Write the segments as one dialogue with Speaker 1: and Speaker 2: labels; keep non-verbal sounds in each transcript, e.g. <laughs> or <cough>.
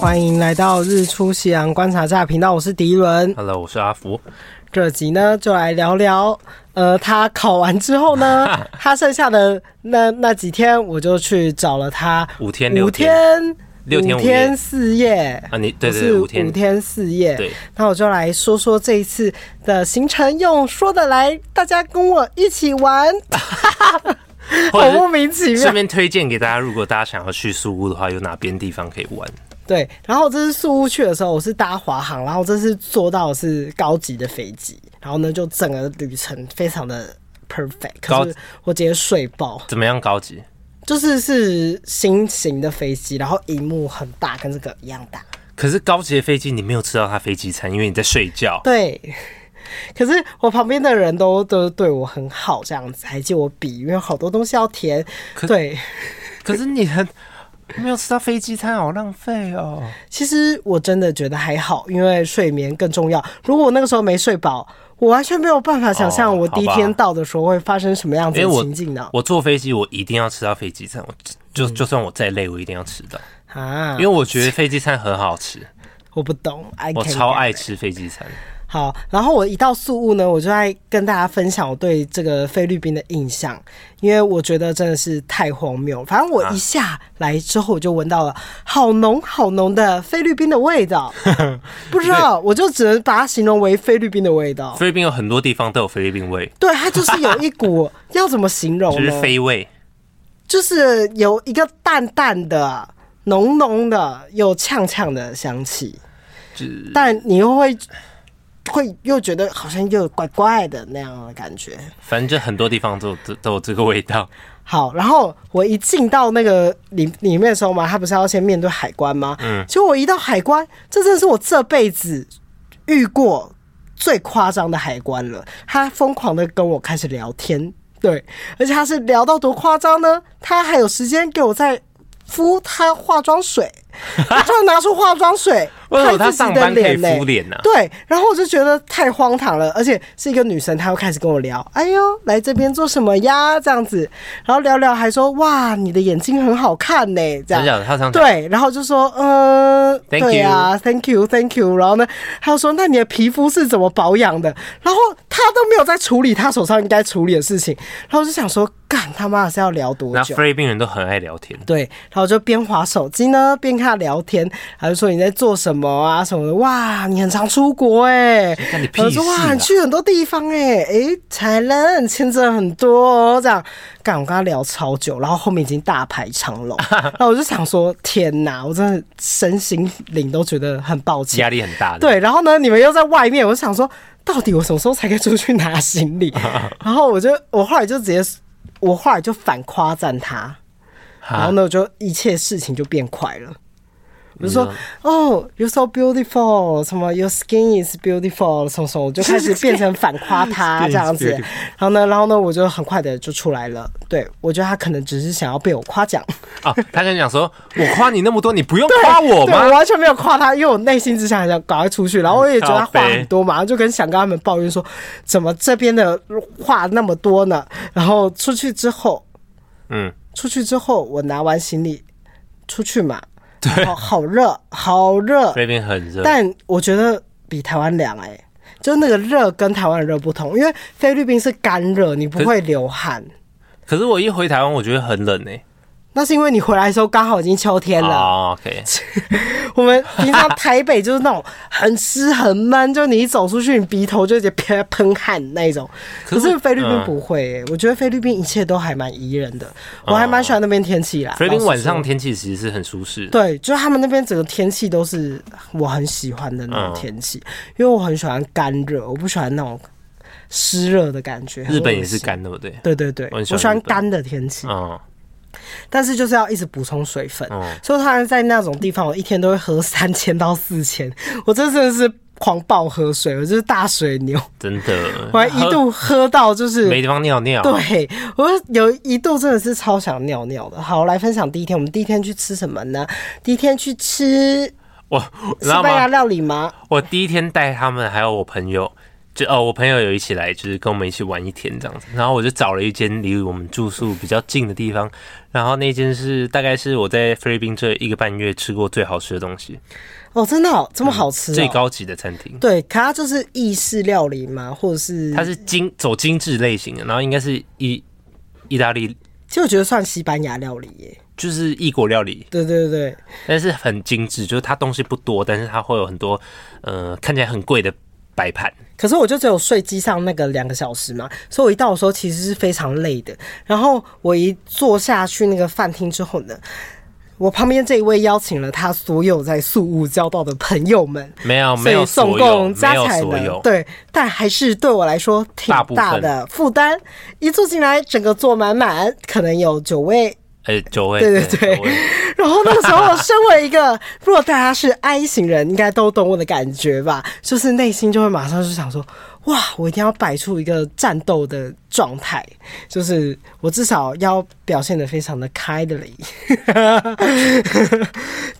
Speaker 1: 欢迎来到日出夕阳观察站频道，我是迪伦。
Speaker 2: Hello，我是阿福。
Speaker 1: 这集呢，就来聊聊，呃，他考完之后呢，
Speaker 2: <laughs>
Speaker 1: 他剩下的那那几天，我就去找了他
Speaker 2: 五天六
Speaker 1: 五天
Speaker 2: 六天
Speaker 1: 五
Speaker 2: 五
Speaker 1: 天
Speaker 2: 夜
Speaker 1: 四夜。
Speaker 2: 啊，你对
Speaker 1: 不
Speaker 2: 对
Speaker 1: 是
Speaker 2: 五天
Speaker 1: 五天四夜，
Speaker 2: 对，
Speaker 1: 那我就来说说这一次的行程，用说的来，大家跟我一起玩，
Speaker 2: <laughs>
Speaker 1: <laughs>
Speaker 2: 或者
Speaker 1: 好
Speaker 2: 是
Speaker 1: 莫名其妙
Speaker 2: 顺。便推荐给大家，如果大家想要去宿屋的话，有哪边地方可以玩？
Speaker 1: 对，然后这次宿屋去的时候，我是搭华航，然后这次坐到的是高级的飞机，然后呢，就整个旅程非常的 perfect，可
Speaker 2: 高
Speaker 1: 是我直接睡爆，
Speaker 2: 怎么样高级？
Speaker 1: 就是是新型的飞机，然后荧幕很大，跟这个一样大，
Speaker 2: 可是高级的飞机你没有吃到它飞机餐，因为你在睡
Speaker 1: <laughs>
Speaker 2: 觉。
Speaker 1: 对。可是我旁边的人都都对我很好，这样子还借我笔，因为好多东西要填。
Speaker 2: 可
Speaker 1: 对，
Speaker 2: 可是你很没有吃到飞机餐，好浪费哦。
Speaker 1: 其实我真的觉得还好，因为睡眠更重要。如果我那个时候没睡饱，我完全没有办法想象
Speaker 2: 哦
Speaker 1: 我第一
Speaker 2: 好吧
Speaker 1: 天到的时候会发生什么样子
Speaker 2: 因
Speaker 1: 的哎
Speaker 2: 为我
Speaker 1: 情境呢？
Speaker 2: 我坐飞机，我一定要吃到飞机餐，我就就算我再累，我一定要吃到，
Speaker 1: 啊，
Speaker 2: 因为我觉得飞机餐很好吃，
Speaker 1: 我不懂，I
Speaker 2: 我
Speaker 1: can
Speaker 2: 超
Speaker 1: get
Speaker 2: 爱
Speaker 1: it。
Speaker 2: 吃飞机餐。
Speaker 1: 好，然后我一到宿务呢，我就在跟大家分享我对这个菲律宾的印象，因为我觉得真的是太荒谬。反正我一下来之后，我就闻到了好浓好浓的菲律宾的味 <laughs> 道，不知道，我就只能把它形容为菲律宾的味道。
Speaker 2: 菲律宾有很多地方都有菲律宾味，
Speaker 1: <laughs> 对，它就是有一股要怎么形容
Speaker 2: 就是
Speaker 1: 呢？
Speaker 2: 菲味。
Speaker 1: 就是有一个淡淡的、浓浓的又呛呛的香气，但你又会会又觉得好像又有怪怪的那样的感觉。
Speaker 2: 反正很多地方都都都有这个味道。
Speaker 1: 好，然后我一进到那个里里面的时候嘛，他不是要先面对海关吗？嗯，结果我一到海关，这真的是我这辈子遇过最夸张的海关了。他疯狂的跟我开始聊天，对，而且他是聊到多夸张呢？他还有时间给我在敷他化妆
Speaker 2: <laughs>
Speaker 1: 水，他突然拿出化妆水
Speaker 2: 为什么
Speaker 1: 拍
Speaker 2: 他
Speaker 1: 自己
Speaker 2: 上
Speaker 1: 的
Speaker 2: 班可以
Speaker 1: 脸嘞、
Speaker 2: 敷脸呢、
Speaker 1: 对，然后我就觉得太荒唐了，而且是一个女生，她又开始跟我聊，哎呦，来这边做什么呀？这样子，然后聊聊还说，哇，你的眼睛很好看呢、这
Speaker 2: 真
Speaker 1: 样。
Speaker 2: 假的？他上
Speaker 1: 对，然后就说，嗯、呃，
Speaker 2: Thank
Speaker 1: 对啊，Thank you，Thank you。然后呢，他又说，那你的皮肤是怎么保养的？然后他都没有在处理他手上应该处理的事情，然后我就想说，干他妈的是要聊多
Speaker 2: 那
Speaker 1: 久？
Speaker 2: 菲律宾人都很爱聊天，
Speaker 1: 对，然后就边划手机呢，边跟他聊天，他就说你在做什么啊什么的，哇，你很常出国哎、欸，
Speaker 2: 干你屁
Speaker 1: 我
Speaker 2: 事
Speaker 1: 说哇，
Speaker 2: 啊
Speaker 1: 你！去很多地方哎、欸，哎、才能签证很多、哦、这样，干我跟他聊超久，然后后面已经大排长
Speaker 2: <laughs>
Speaker 1: 龙，然后我就想说天哪，我真的身心灵都觉得很抱歉，
Speaker 2: 压力很大的。，
Speaker 1: 对，然后呢，你们又在外面，我就想说，到底我什么时候才可以出去拿行
Speaker 2: <laughs>
Speaker 1: 李？然后我就，我后来就直接，我后来就反夸赞他，
Speaker 2: 啊
Speaker 1: 然后呢，我就一切事情就变快了。我就说，哦、y o u r e so beautiful，什么，your skin is beautiful，什么什么，我就开始变成反夸他
Speaker 2: <laughs> Skin is
Speaker 1: 这样子。
Speaker 2: beautiful
Speaker 1: 然后呢，然后呢，我就很快的就出来了。对我觉得他可能只是想要被我夸奖，
Speaker 2: 哦，他跟你讲说，我夸你那么多，你不用夸我
Speaker 1: <laughs> 对我
Speaker 2: 吗？
Speaker 1: 完全没有夸他，因为我内心只想想赶快出去，然后我也觉得他话很多嘛，然后就跟想跟他们抱怨说，怎么这边的话那么多呢？然后出去之后，
Speaker 2: 嗯，
Speaker 1: 出去之后，我拿完行李出去嘛，对，好好热，好热，
Speaker 2: 菲律宾很热，
Speaker 1: 但我觉得比台湾凉哎、就那个热跟台湾的热不同，因为菲律宾是干热，你不会流汗，
Speaker 2: 可是我一回台湾，我觉得很冷诶、
Speaker 1: 那是因为你回来的时候刚好已经秋天了。
Speaker 2: 哦，OK，
Speaker 1: <laughs> 我们平常台北就是那种很湿很闷，就你一走出去，你鼻头就直接喷喷汗那一种。可
Speaker 2: 可是
Speaker 1: 是菲律宾
Speaker 2: 嗯
Speaker 1: 不会欸、我觉得菲律宾一切都还蛮宜人的，我还蛮喜欢那边天气啦。
Speaker 2: 啊菲律宾
Speaker 1: 老
Speaker 2: 晚
Speaker 1: 实说
Speaker 2: 上天气其实是很舒适。
Speaker 1: 对，就他们那边整个天气都是我很喜欢的
Speaker 2: 嗯
Speaker 1: 那种天气，因为我很喜欢干热，我不喜欢那种湿热的感觉。很
Speaker 2: 日本也
Speaker 1: 恶
Speaker 2: 是
Speaker 1: 心。
Speaker 2: 干，对不对？
Speaker 1: 对对对，
Speaker 2: 我
Speaker 1: 我
Speaker 2: 很喜
Speaker 1: 喜
Speaker 2: 欢
Speaker 1: 欢
Speaker 2: 日本
Speaker 1: 干的天气。
Speaker 2: 嗯，
Speaker 1: 但是就是要一直补充水分，
Speaker 2: 嗯
Speaker 1: 所以他在那种地方，我一天都会喝三千到四千，我这真的是狂暴喝水，我就是大水牛，
Speaker 2: 真的。
Speaker 1: 我还一度喝到就是
Speaker 2: 喝 <laughs> 没地方尿尿。
Speaker 1: 对我有一度真的是超想尿尿的。好，来分享第一天，我们第一天去吃什么呢？第一天去吃
Speaker 2: 我，你
Speaker 1: 西
Speaker 2: 知道
Speaker 1: 班牙
Speaker 2: 吗？
Speaker 1: 料理吗？
Speaker 2: 我第一天带他们还有我朋友就哦，我朋友有一起来，就是跟我们一起玩一天这样子。然后我就找了一间离我们住宿比较近的地方，然后那间是大概是我在菲律宾这一个半月吃过最好吃的东西，
Speaker 1: 哦，真的、哦、这么好吃、哦
Speaker 2: 嗯最。高级的餐厅。
Speaker 1: 对，可它就是意式料理嘛，或者是
Speaker 2: 它是精走精致类型的，然后应该是意意大利，
Speaker 1: 其实我觉得算西班牙料理耶。
Speaker 2: 就是异国料理，
Speaker 1: 对对对，
Speaker 2: 但是很精致，就是它东西不多，但是它会有很多呃看起来很贵的摆盘。
Speaker 1: 可是我就只有睡机上那个两个小时嘛，所以我一到的时候其实是非常累的。然后我一坐下去那个饭厅之后呢，我旁边这一位邀请了他所有在宿务交到的朋友们，
Speaker 2: 没有
Speaker 1: 所
Speaker 2: 哦没有
Speaker 1: 以
Speaker 2: 所
Speaker 1: 总
Speaker 2: 有，
Speaker 1: 共
Speaker 2: 没
Speaker 1: 加
Speaker 2: 有
Speaker 1: 起来
Speaker 2: 所
Speaker 1: 呢
Speaker 2: 有，，
Speaker 1: 对，但还是对我来说挺
Speaker 2: 大部
Speaker 1: 大
Speaker 2: 分
Speaker 1: 的负担。一坐进来，整个坐满满，可能有九位
Speaker 2: 呃九位，
Speaker 1: 对对对 <laughs>
Speaker 2: 九位
Speaker 1: 然后那个时候，身为一个，如果大家是 I 型人，应该都懂我的感觉吧？就是内心就会马上就想说，哇，我一定要摆出一个战斗的状态，就是我至少要表现的非常的 kindly，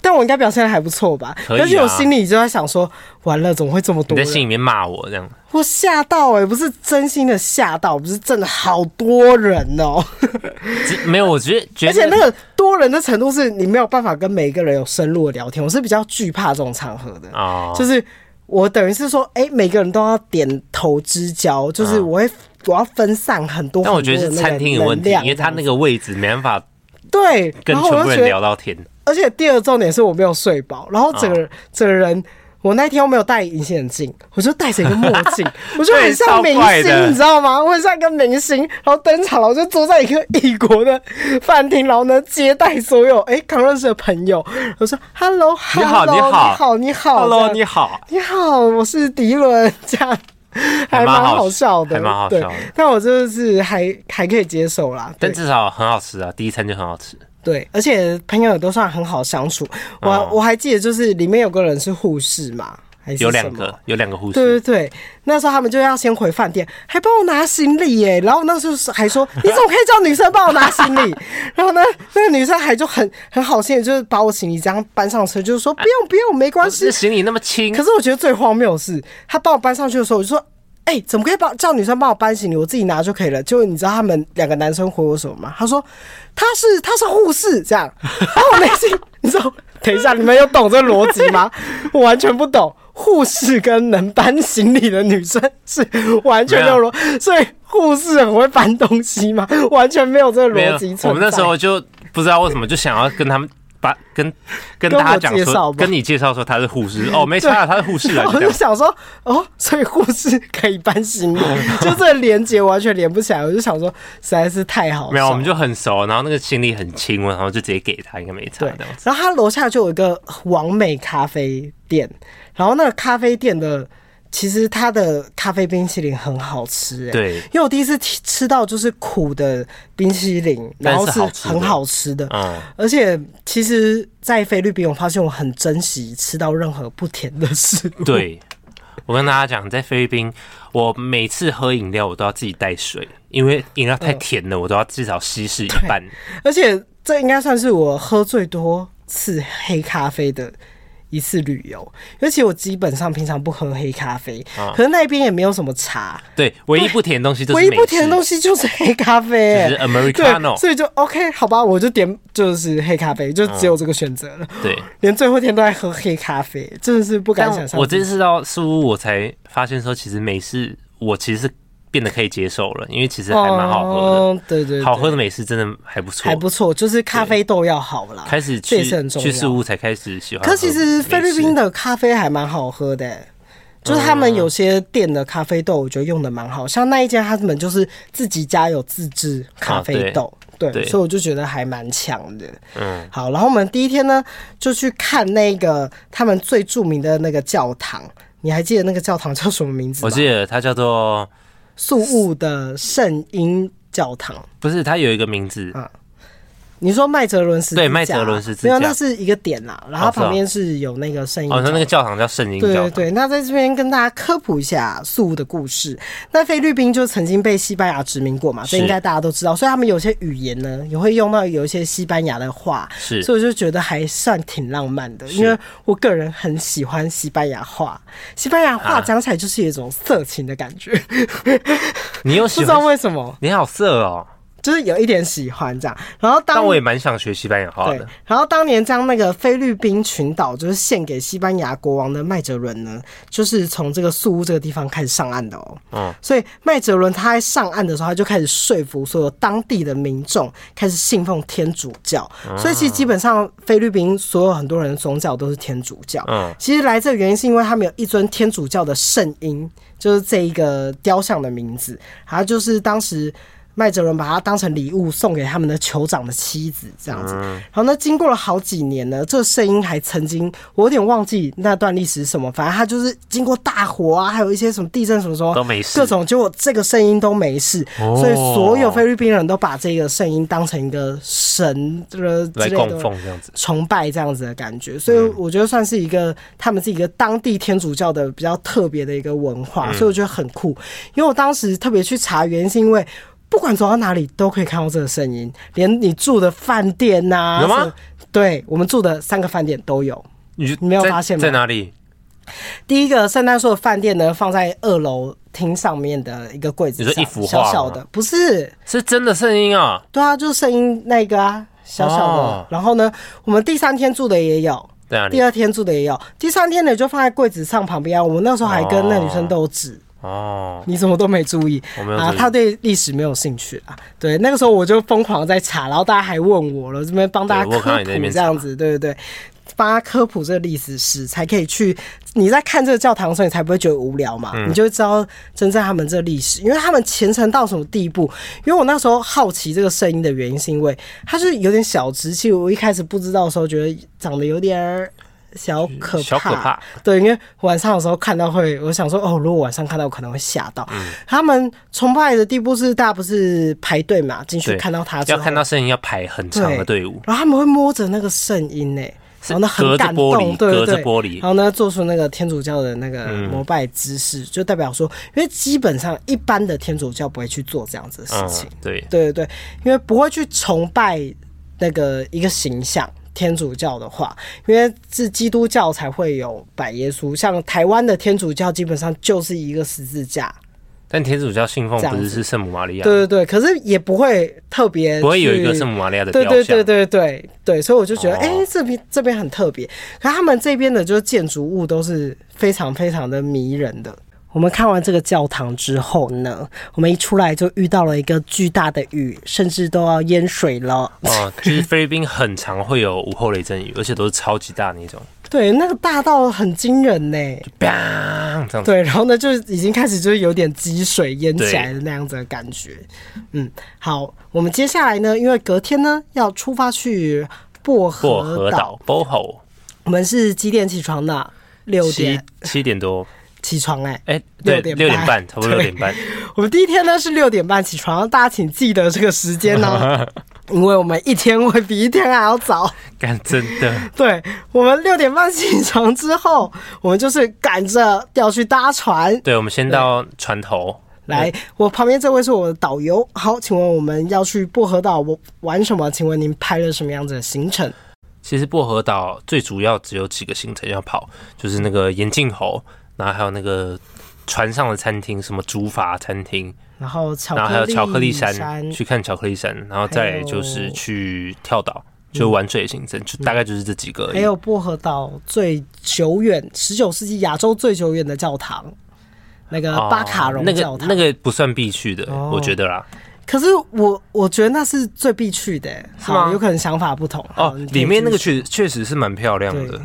Speaker 1: 但我应该表现的还不错吧？
Speaker 2: 可以啊
Speaker 1: 但是我心里就在想说，完了，怎么会这么
Speaker 2: 你
Speaker 1: 多
Speaker 2: 在
Speaker 1: 人？
Speaker 2: 心里面骂我这样，
Speaker 1: 我吓到哎、欸，不是真心的吓到，不是真的好多人哦、
Speaker 2: 只没有，我觉得觉
Speaker 1: 而
Speaker 2: 得
Speaker 1: 且那个多人的程度是你没有办法跟每一个人有深入的聊天，我是比较惧怕这种场合的，
Speaker 2: 哦，
Speaker 1: 就是我等于是说，哎、每个人都要点头之交，就是我会、我要分散很多
Speaker 2: 啊但我
Speaker 1: 很
Speaker 2: 觉
Speaker 1: 多
Speaker 2: 得
Speaker 1: 的
Speaker 2: 是
Speaker 1: 那
Speaker 2: 餐
Speaker 1: 个
Speaker 2: 厅有问
Speaker 1: 能
Speaker 2: 题，
Speaker 1: 量，
Speaker 2: 因为他那个位置没办法
Speaker 1: 对，
Speaker 2: 跟
Speaker 1: 然后
Speaker 2: 全
Speaker 1: 我就
Speaker 2: 部人
Speaker 1: 觉得，
Speaker 2: 聊到天，
Speaker 1: 而且第二重点是我没有睡饱，然后整个、
Speaker 2: 啊
Speaker 1: 整个人。我那天又没有戴隐形眼镜，我就戴着一个墨
Speaker 2: <laughs>
Speaker 1: 镜，我就很像明
Speaker 2: 对超怪的
Speaker 1: 星，你知道吗？我很像一个明星，然后登场了，我就坐在一个异国的饭厅，然后呢接待所有哎刚认识的朋友，我说 “hello
Speaker 2: 你
Speaker 1: hello
Speaker 2: 好
Speaker 1: 你好你
Speaker 2: 你好
Speaker 1: 好
Speaker 2: Hello，
Speaker 1: 这
Speaker 2: 你
Speaker 1: 样
Speaker 2: 好，
Speaker 1: 你好，我是迪伦，这样还蛮
Speaker 2: 蛮好
Speaker 1: 好笑的，
Speaker 2: 还蛮好
Speaker 1: 对
Speaker 2: 笑的
Speaker 1: 但我就是还还可以接受啦，对
Speaker 2: 但至少很好吃啊，第一餐就很好吃，
Speaker 1: 对，而且朋友都算很好相处。我、
Speaker 2: 哦
Speaker 1: 我还记得，就是里面有个人是护士嘛，还是
Speaker 2: 有两
Speaker 1: 什么
Speaker 2: 个有两个护
Speaker 1: 对
Speaker 2: 士，
Speaker 1: 对对，那时候他们就要先回饭店，还帮我拿行李耶。然后我那时候还说，你怎么可以叫女生帮我拿行
Speaker 2: <laughs>
Speaker 1: 李？然后呢，那个女生还就很很好心，就是把我行李这样搬上车，就是
Speaker 2: 啊
Speaker 1: 说不用不用，没关系
Speaker 2: 这。行李那么轻
Speaker 1: 可，是我觉得最荒谬的是，他帮我搬上去的时候，我就说：“哎、怎么可以帮叫女生帮我搬行李？我自己拿就可以了。”结果你知道他们两个男生回我什么吗？他说：“他是他是护士。”这样，然后我内心，你知道，等一下，你们有懂这逻辑吗？我完全不懂。护士跟能搬行李的女生是完全没有逻，所以护士很会搬东西吗？完全没有这个
Speaker 2: 没有
Speaker 1: 逻辑，
Speaker 2: 我
Speaker 1: 存
Speaker 2: 们
Speaker 1: 在
Speaker 2: 那时候就不知道为什么就想要跟他们把 <laughs> 跟
Speaker 1: 跟
Speaker 2: 跟大家
Speaker 1: 我
Speaker 2: 讲
Speaker 1: 介绍
Speaker 2: 说，
Speaker 1: 吧
Speaker 2: 跟你介绍说他是护士，哦，没
Speaker 1: 对
Speaker 2: 差啊，他是护士
Speaker 1: <laughs> 然
Speaker 2: 啊，就
Speaker 1: 后我
Speaker 2: 这
Speaker 1: 就
Speaker 2: 样。
Speaker 1: 想说，哦，所以护士可以搬行李，
Speaker 2: <laughs>
Speaker 1: 就这个连接完全连不起来。我就想说，实在是太好笑了。
Speaker 2: 没有，我们就很熟，然后那个行李很轻，然后就直接给他，应该没差
Speaker 1: 对
Speaker 2: 这样。。
Speaker 1: 然后他楼下就有一个完美咖啡店，然后那个咖啡店的。其实它的咖啡冰淇淋很好吃、欸，
Speaker 2: 对
Speaker 1: 因为我第一次吃吃到就是苦的冰淇淋，
Speaker 2: 但
Speaker 1: 然后
Speaker 2: 是
Speaker 1: 是
Speaker 2: 好吃的
Speaker 1: 很好吃的，
Speaker 2: 嗯，
Speaker 1: 而且其实，在菲律宾我发现我很珍惜吃到任何不甜的食 <laughs> 物，
Speaker 2: 对，我跟大家讲，在菲律宾，我每次喝饮料我都要自己带水，因为饮料太甜了，我都要至少稀释一半。
Speaker 1: 而且这应该算是我喝最多次黑咖啡的一次旅游，尤其我基本上平常不喝黑咖啡，可是那边也没有什么茶，
Speaker 2: 对，唯一不甜的东西啊就是
Speaker 1: 唯一不
Speaker 2: 美
Speaker 1: 甜
Speaker 2: 式
Speaker 1: 的东西就是黑咖啡、
Speaker 2: 就是
Speaker 1: 欸。 <laughs> 对，
Speaker 2: Americano。
Speaker 1: 所以就 OK，好吧，我就点就是黑咖啡，就只有这个选择了。
Speaker 2: 对，
Speaker 1: 连最后一天都在喝黑咖啡，真的是不敢想象。
Speaker 2: 我这次到苏屋，我才发现说，其实美式我其实变得可以接受了，因为其实还蛮好喝
Speaker 1: 嗯、对对对
Speaker 2: 的，好喝的美式真的还不错
Speaker 1: 还。不错，就是咖啡豆要好啦。
Speaker 2: 开始
Speaker 1: 这
Speaker 2: 去
Speaker 1: 也是很重要
Speaker 2: 去苏屋才开始喜欢
Speaker 1: 可
Speaker 2: 喝啊呃美
Speaker 1: 其
Speaker 2: 式。
Speaker 1: 实菲律宾的咖啡还蛮好喝的欸、就是他们有些店的咖啡豆，我觉得用的蛮好，像那一间他们就是自己家有自制咖啡豆。对，
Speaker 2: 啊对
Speaker 1: 所以我就觉得还蛮强的。
Speaker 2: 嗯，
Speaker 1: 好，然后我们第一天呢，就去看那个他们最著名的那个教堂。你还记得那个教堂叫什么名字吗？
Speaker 2: 我记得它叫做
Speaker 1: 宿务的圣婴教堂。
Speaker 2: 不是，它有一个名字
Speaker 1: 啊你说麦哲伦十字架
Speaker 2: 对麦哲伦十字架
Speaker 1: 没有，那是一个点啦，然后
Speaker 2: 哦是哦
Speaker 1: 旁边是有那个圣婴。
Speaker 2: 哦，那那个教堂叫圣经
Speaker 1: 对
Speaker 2: 教
Speaker 1: 对
Speaker 2: 堂，
Speaker 1: 对，那在这边跟大家科普一下宿务的故事。那菲律宾就曾经被西班牙殖民过嘛，这
Speaker 2: 是
Speaker 1: 应该大家都知道，所以他们有些语言呢也会用到有一些西班牙的话，
Speaker 2: 是
Speaker 1: 所以我就觉得还算挺浪漫的，因为我个人很喜欢西班牙话，西班牙话
Speaker 2: 啊
Speaker 1: 讲起来就是有一种色情的感觉，
Speaker 2: 你又
Speaker 1: <laughs> 不
Speaker 2: 喜
Speaker 1: 知道
Speaker 2: 欢，
Speaker 1: 为什么，
Speaker 2: 你好色哦，
Speaker 1: 就是有一点喜欢这样。然后
Speaker 2: 但
Speaker 1: 当
Speaker 2: 我也蛮想学西班牙话
Speaker 1: 对
Speaker 2: 的。，
Speaker 1: 然后当年将那个菲律宾群岛就是献给西班牙国王的麦哲伦呢，就是从这个宿屋这个地方开始上岸的哦。
Speaker 2: 嗯，
Speaker 1: 所以麦哲伦他在上岸的时候，他就开始说服所有当地的民众开始信奉天主教。
Speaker 2: 嗯
Speaker 1: 所以其实基本上菲律宾所有很多人的宗教都是天主教。
Speaker 2: 嗯
Speaker 1: 其实来这个原因是因为他们有一尊天主教的圣婴，就是这一个雕像的名字，它就是当时。麦哲伦把它当成礼物送给他们的酋长的妻子，这样子。
Speaker 2: 嗯
Speaker 1: 然后呢，经过了好几年呢，这个圣婴还曾经，我有点忘记那段历史是什么，反正他就是经过大火啊，还有一些什么地震什么什么
Speaker 2: 都没
Speaker 1: 哦
Speaker 2: 事
Speaker 1: 各种结果这个圣婴都没事，
Speaker 2: 哦
Speaker 1: 所以所有菲律宾人都把这个圣婴当成一个神呃之
Speaker 2: 来
Speaker 1: 类
Speaker 2: 供
Speaker 1: 的
Speaker 2: 奉这样子。
Speaker 1: 崇拜这样子的感觉，所以
Speaker 2: 嗯
Speaker 1: 我觉得算是一个他们是一个当地天主教的比较特别的一个文
Speaker 2: 嗯
Speaker 1: 化，所以我觉得很酷。因为我当时特别去查，原因是因为。不管走到哪里都可以看到这个声音，连你住的饭店呐、
Speaker 2: 有吗
Speaker 1: 什么？对我们住的三个饭店都有。
Speaker 2: 你
Speaker 1: 你没有
Speaker 2: 在
Speaker 1: 发现吗
Speaker 2: 在哪里？
Speaker 1: 第一个圣诞树的饭店呢，放在二楼厅上面的一个柜子
Speaker 2: 你说
Speaker 1: 上，
Speaker 2: 一幅画
Speaker 1: 小
Speaker 2: 吗
Speaker 1: 小的，不是，
Speaker 2: 是真的圣婴啊！
Speaker 1: 对啊，就是声音那个啊，小小的。
Speaker 2: 哦
Speaker 1: 然后呢，我们第三天住的也有，
Speaker 2: 在哪
Speaker 1: 第
Speaker 2: 里？
Speaker 1: 二天住的也有，第三天呢就放在柜子上旁边啊。我们那时候还跟那女生都有指。
Speaker 2: 哦，
Speaker 1: 你怎么都没注意
Speaker 2: 我没有
Speaker 1: 啊
Speaker 2: 注？意
Speaker 1: 他对历史没有兴趣啊。对，那个时候我就疯狂在查，然后大家还问我了，这边帮大家
Speaker 2: 对我有
Speaker 1: 科
Speaker 2: 看到
Speaker 1: 普
Speaker 2: 你在那边
Speaker 1: 这样子，对对对。帮他科普这个历史史，才可以去。你在看这个教堂的时候，你才不会觉得无聊
Speaker 2: 嗯
Speaker 1: 嘛，你就会知道真正他们这个历史，因为他们虔诚到什么地步。因为我那时候好奇这个声音的原因，是因为它是有点小直气。我一开始不知道的时候，觉得长得有点儿小可怕，
Speaker 2: 小可怕
Speaker 1: 对，因为晚上的时候看到会，我想说哦，如果晚上看到我可能会吓到。
Speaker 2: 嗯
Speaker 1: 他们崇拜的地步是，大家不是排队嘛，进去
Speaker 2: 对
Speaker 1: 看到他之
Speaker 2: 要
Speaker 1: 后，
Speaker 2: 看到圣婴要排很长的队伍，
Speaker 1: 然后他们会摸着那个圣婴呢，然后呢哦很
Speaker 2: 隔着
Speaker 1: 感
Speaker 2: 玻
Speaker 1: 动，
Speaker 2: 璃
Speaker 1: 对对
Speaker 2: 隔着
Speaker 1: 对，
Speaker 2: 玻璃嗯
Speaker 1: 然后呢做出那个天主教的那个膜拜姿势，就代表说，因为基本上一般的天主教不会去做这样子的事
Speaker 2: 嗯
Speaker 1: 情，，
Speaker 2: 对，
Speaker 1: 对对对，因为不会去崇拜那个一个形象。天主教的话，因为是基督教才会有拜耶稣，像台湾的天主教基本上就是一个十字架，
Speaker 2: 但天主教信奉
Speaker 1: 这样
Speaker 2: 不
Speaker 1: 子
Speaker 2: 是是圣母玛利亚，
Speaker 1: 对对对，可是也不会特别
Speaker 2: 不会有一个
Speaker 1: 去
Speaker 2: 圣母玛利亚的雕
Speaker 1: 对
Speaker 2: 像。
Speaker 1: 对对对对对，所以我就觉得，
Speaker 2: 哦
Speaker 1: 哎、这边这边很特别。可他们这边的就是建筑物都是非常非常的迷人的。我们看完这个教堂之后呢，我们一出来就遇到了一个巨大的雨，甚至都要淹水了。
Speaker 2: 哦，就是菲律宾很常会有午后雷阵雨，而且都是超级大那种，
Speaker 1: 对，那个大到很惊人呢、
Speaker 2: bang 这样子。
Speaker 1: 对，然后呢，就已经开始就是有点积水淹起来的那样子的感觉。嗯，好，我们接下来呢，因为隔天呢要出发去薄
Speaker 2: 薄
Speaker 1: 荷
Speaker 2: 荷
Speaker 1: 岛，
Speaker 2: 岛 BOHO
Speaker 1: 我们是几点起床的？六
Speaker 2: 七
Speaker 1: 点
Speaker 2: 七点多，
Speaker 1: 起床哎、
Speaker 2: 哎、对，
Speaker 1: 六点半
Speaker 2: 六点半，差不多
Speaker 1: 对
Speaker 2: 六点半，
Speaker 1: 我们第一天呢是六点半起床，大家请记得这个时间
Speaker 2: <laughs>
Speaker 1: 哦，因为我们一天会比一天还要早。
Speaker 2: 干真的，
Speaker 1: 对我们六点半起床之后，我们就是赶着要去搭船。
Speaker 2: 对，我们先到船头，
Speaker 1: 来，我旁边这位是我的导游。好，请问我们要去薄荷岛玩什么？请问您拍了什么样子的行程？
Speaker 2: 其实薄荷岛最主要只有几个行程要跑，就是那个眼镜猴，然后还有那个船上的餐厅，什么竹筏餐厅，
Speaker 1: 然后巧
Speaker 2: 然后还
Speaker 1: 克
Speaker 2: 有
Speaker 1: 力
Speaker 2: 巧克力山，
Speaker 1: 山
Speaker 2: 去看巧克力山，然后再来就是去跳岛，就玩水的行程，就大概就是这几个而已。
Speaker 1: 嗯还有薄荷岛最久远，十九世纪亚洲最久远的教堂，那个
Speaker 2: 哦
Speaker 1: 巴卡荣
Speaker 2: 那
Speaker 1: 教
Speaker 2: 个
Speaker 1: 堂。哦
Speaker 2: 那个不算必去的，我觉得啦。
Speaker 1: 可是我我觉得那是最必去的、
Speaker 2: 是吗
Speaker 1: 好，有可能想法不同
Speaker 2: 哦
Speaker 1: 好你，可以
Speaker 2: 里面那个
Speaker 1: 继续
Speaker 2: 确确实是蛮漂亮
Speaker 1: 对
Speaker 2: 的。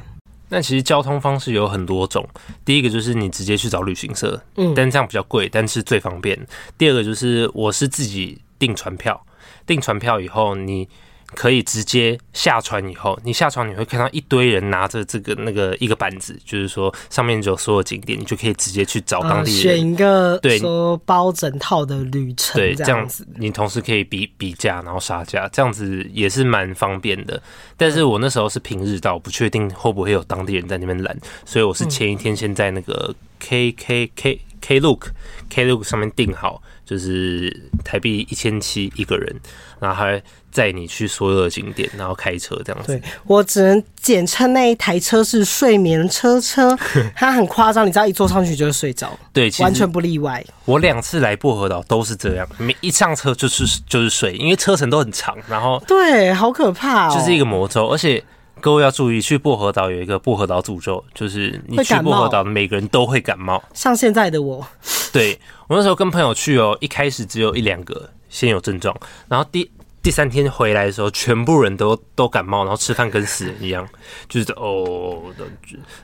Speaker 2: 那其实交通方式有很多种，第一个就是你直接去找旅行社，
Speaker 1: 嗯
Speaker 2: 但这样比较贵，但是最方便。第二个就是我是自己订船票，订船票以后你可以直接下船以后，你下船你会看到一堆人拿着这个那个一个板子，就是说上面就有所有景点，你就可以直接去找当
Speaker 1: 呃
Speaker 2: 地人。
Speaker 1: 选一个
Speaker 2: 对
Speaker 1: 说包整套的旅程，
Speaker 2: 对，
Speaker 1: 这
Speaker 2: 这样
Speaker 1: 样
Speaker 2: 子你同时可以比比价，然后杀价，这样子也是蛮方便的。但是我那时候是平日到，不确定会不会有当地人在那边拦，所以我
Speaker 1: 嗯
Speaker 2: 是前一天先在那个 K K K K Look K Look 上面订好，就是台币一千七一个人，然后还载你去所有的景点，然后开车这样子
Speaker 1: 对。我只能简称那一台车是睡眠车
Speaker 2: <laughs>
Speaker 1: 车，它很夸张，你知道一坐上去就会睡着，
Speaker 2: 对，其
Speaker 1: 完
Speaker 2: 实
Speaker 1: 全不例外。
Speaker 2: 我两次来薄荷岛都是这样，每一上车就是就是睡，因为车程都很长，然后
Speaker 1: 对，好可怕哦！
Speaker 2: 就是一个魔咒，而且各位要注意，去薄荷岛有一个薄荷岛诅咒，就是你
Speaker 1: 会
Speaker 2: 去
Speaker 1: 感
Speaker 2: 薄
Speaker 1: 冒
Speaker 2: 荷岛，每个人都会感冒。
Speaker 1: 像现在的我，
Speaker 2: 对我那时候跟朋友去哦，一开始只有一两个先有症状，然后第第三天回来的时候，全部人都都感冒，然后吃饭跟死人一样，就是哦，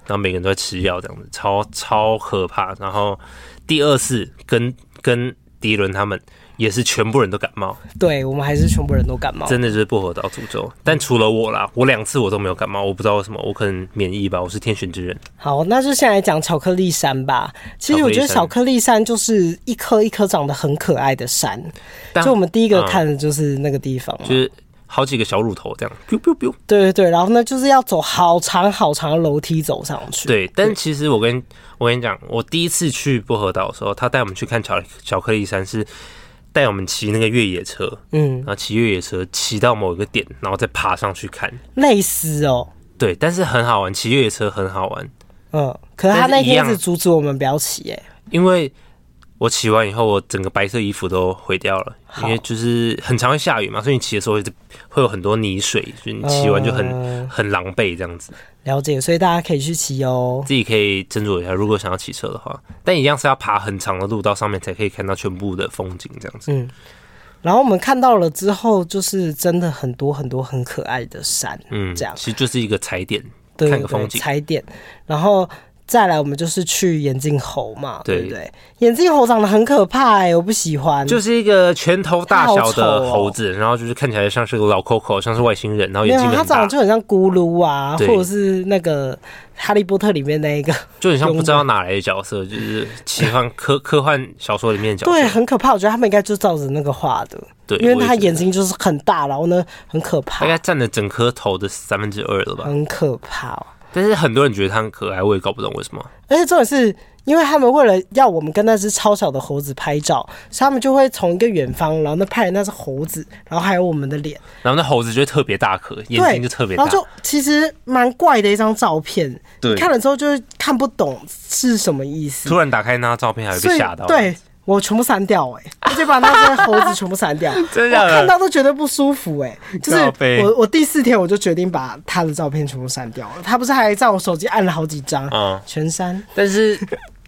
Speaker 2: 然后每个人都在吃药，这样子超超可怕。然后第二次跟跟迪伦他们也是全部人都感冒，
Speaker 1: 对我们还是全部人都感冒。
Speaker 2: 真的就是薄荷岛诅咒。但除了我啦，我两次我都没有感冒，我不知道为什么，我可能免疫吧，我是天选之人。
Speaker 1: 好，那就先来讲巧克力山吧。其实我觉得
Speaker 2: 巧
Speaker 1: 巧克力山就是一颗一颗长得很可爱的山，
Speaker 2: 但
Speaker 1: 就我们第一个
Speaker 2: 嗯
Speaker 1: 看的就是那个地方嘛。
Speaker 2: 就是好几个小乳头这样，biu biu biu。
Speaker 1: 对对对，然后呢，就是要走好长好长的楼梯走上去。
Speaker 2: 对，但其实我跟我跟你讲，我第一次去薄荷岛的时候，他带我们去看巧巧克力山是。带我们骑那个越野车，
Speaker 1: 嗯
Speaker 2: 然，后骑越野车骑到某一个点，然后再爬上去看。
Speaker 1: 累死哦。
Speaker 2: 对，但是很好玩，骑越野车很好玩，
Speaker 1: 嗯，可是他那
Speaker 2: 但是一
Speaker 1: 天
Speaker 2: 样
Speaker 1: 一直阻止我们不要骑、欸，
Speaker 2: 因为我骑完以后，我整个白色衣服都毁掉了，因
Speaker 1: 好
Speaker 2: 为就是很常会下雨嘛，所以你骑的时候会会有很多泥水，就是你骑完就很、
Speaker 1: 嗯
Speaker 2: 很狼狈这样子。
Speaker 1: 了解，所以大家可以去骑哦。
Speaker 2: 自己可以斟酌一下，如果想要骑车的话，但一样是要爬很长的路到上面才可以看到全部的风景这样子。
Speaker 1: 嗯然后我们看到了之后，就是真的很多很多很可爱的山，
Speaker 2: 嗯，
Speaker 1: 这样
Speaker 2: 其实就是一个踩点，
Speaker 1: 对
Speaker 2: 看
Speaker 1: 对
Speaker 2: 个
Speaker 1: 对，
Speaker 2: 风景
Speaker 1: 踩点，然后。再来，我们就是去眼镜猴嘛，
Speaker 2: 对
Speaker 1: 对不对？眼镜猴长得很可怕哎、我不喜欢。
Speaker 2: 就是一个拳头大小的
Speaker 1: 好丑哦
Speaker 2: 猴子，然后就是看起来像是个老 Coco，像是外星人，然后
Speaker 1: 没
Speaker 2: 眼
Speaker 1: 有，
Speaker 2: 睛
Speaker 1: 它
Speaker 2: 很
Speaker 1: 长
Speaker 2: 大
Speaker 1: 得，就很像咕噜啊，
Speaker 2: 对
Speaker 1: 或者是那个《哈利波特》里面那一个，
Speaker 2: 就很像不知道哪来的角色，就是奇幻科科幻小说里面的角
Speaker 1: 对，
Speaker 2: 色。
Speaker 1: 很可怕。我觉得他们应该就照着那个画的，
Speaker 2: 对，
Speaker 1: 因为
Speaker 2: 我也
Speaker 1: 它
Speaker 2: 觉得
Speaker 1: 眼睛就是很大，然后呢很可怕
Speaker 2: 大，概占了整颗头的三分之二了吧。
Speaker 1: 很可怕、哦。
Speaker 2: 但是很多人觉得它很可爱，我也搞不懂为什么。
Speaker 1: 而且重点是，因为他们为了要我们跟那只超小的猴子拍照，所以他们就会从一个远方，然后那拍的那只猴子，然后还有我们的脸，
Speaker 2: 然后那猴子就会特别大颗，眼
Speaker 1: 对，
Speaker 2: 睛就特别
Speaker 1: 然
Speaker 2: 大
Speaker 1: 后。就其实蛮怪的一张照片，
Speaker 2: 对
Speaker 1: 看了之后就是看不懂是什么意思，
Speaker 2: 突然打开那张照片，还会
Speaker 1: 所
Speaker 2: 被
Speaker 1: 以
Speaker 2: 吓到。
Speaker 1: 对。我全部删掉哎、欸，我就把那只猴子全部删掉，
Speaker 2: <laughs> 真的假
Speaker 1: 我
Speaker 2: 的
Speaker 1: 看到都觉得不舒服哎、欸，就是
Speaker 2: 靠背
Speaker 1: 我我第四天我就决定把他的照片全部删掉了，他不是还在我手机按了好几张，
Speaker 2: 嗯
Speaker 1: 全删，
Speaker 2: 但 <laughs> 是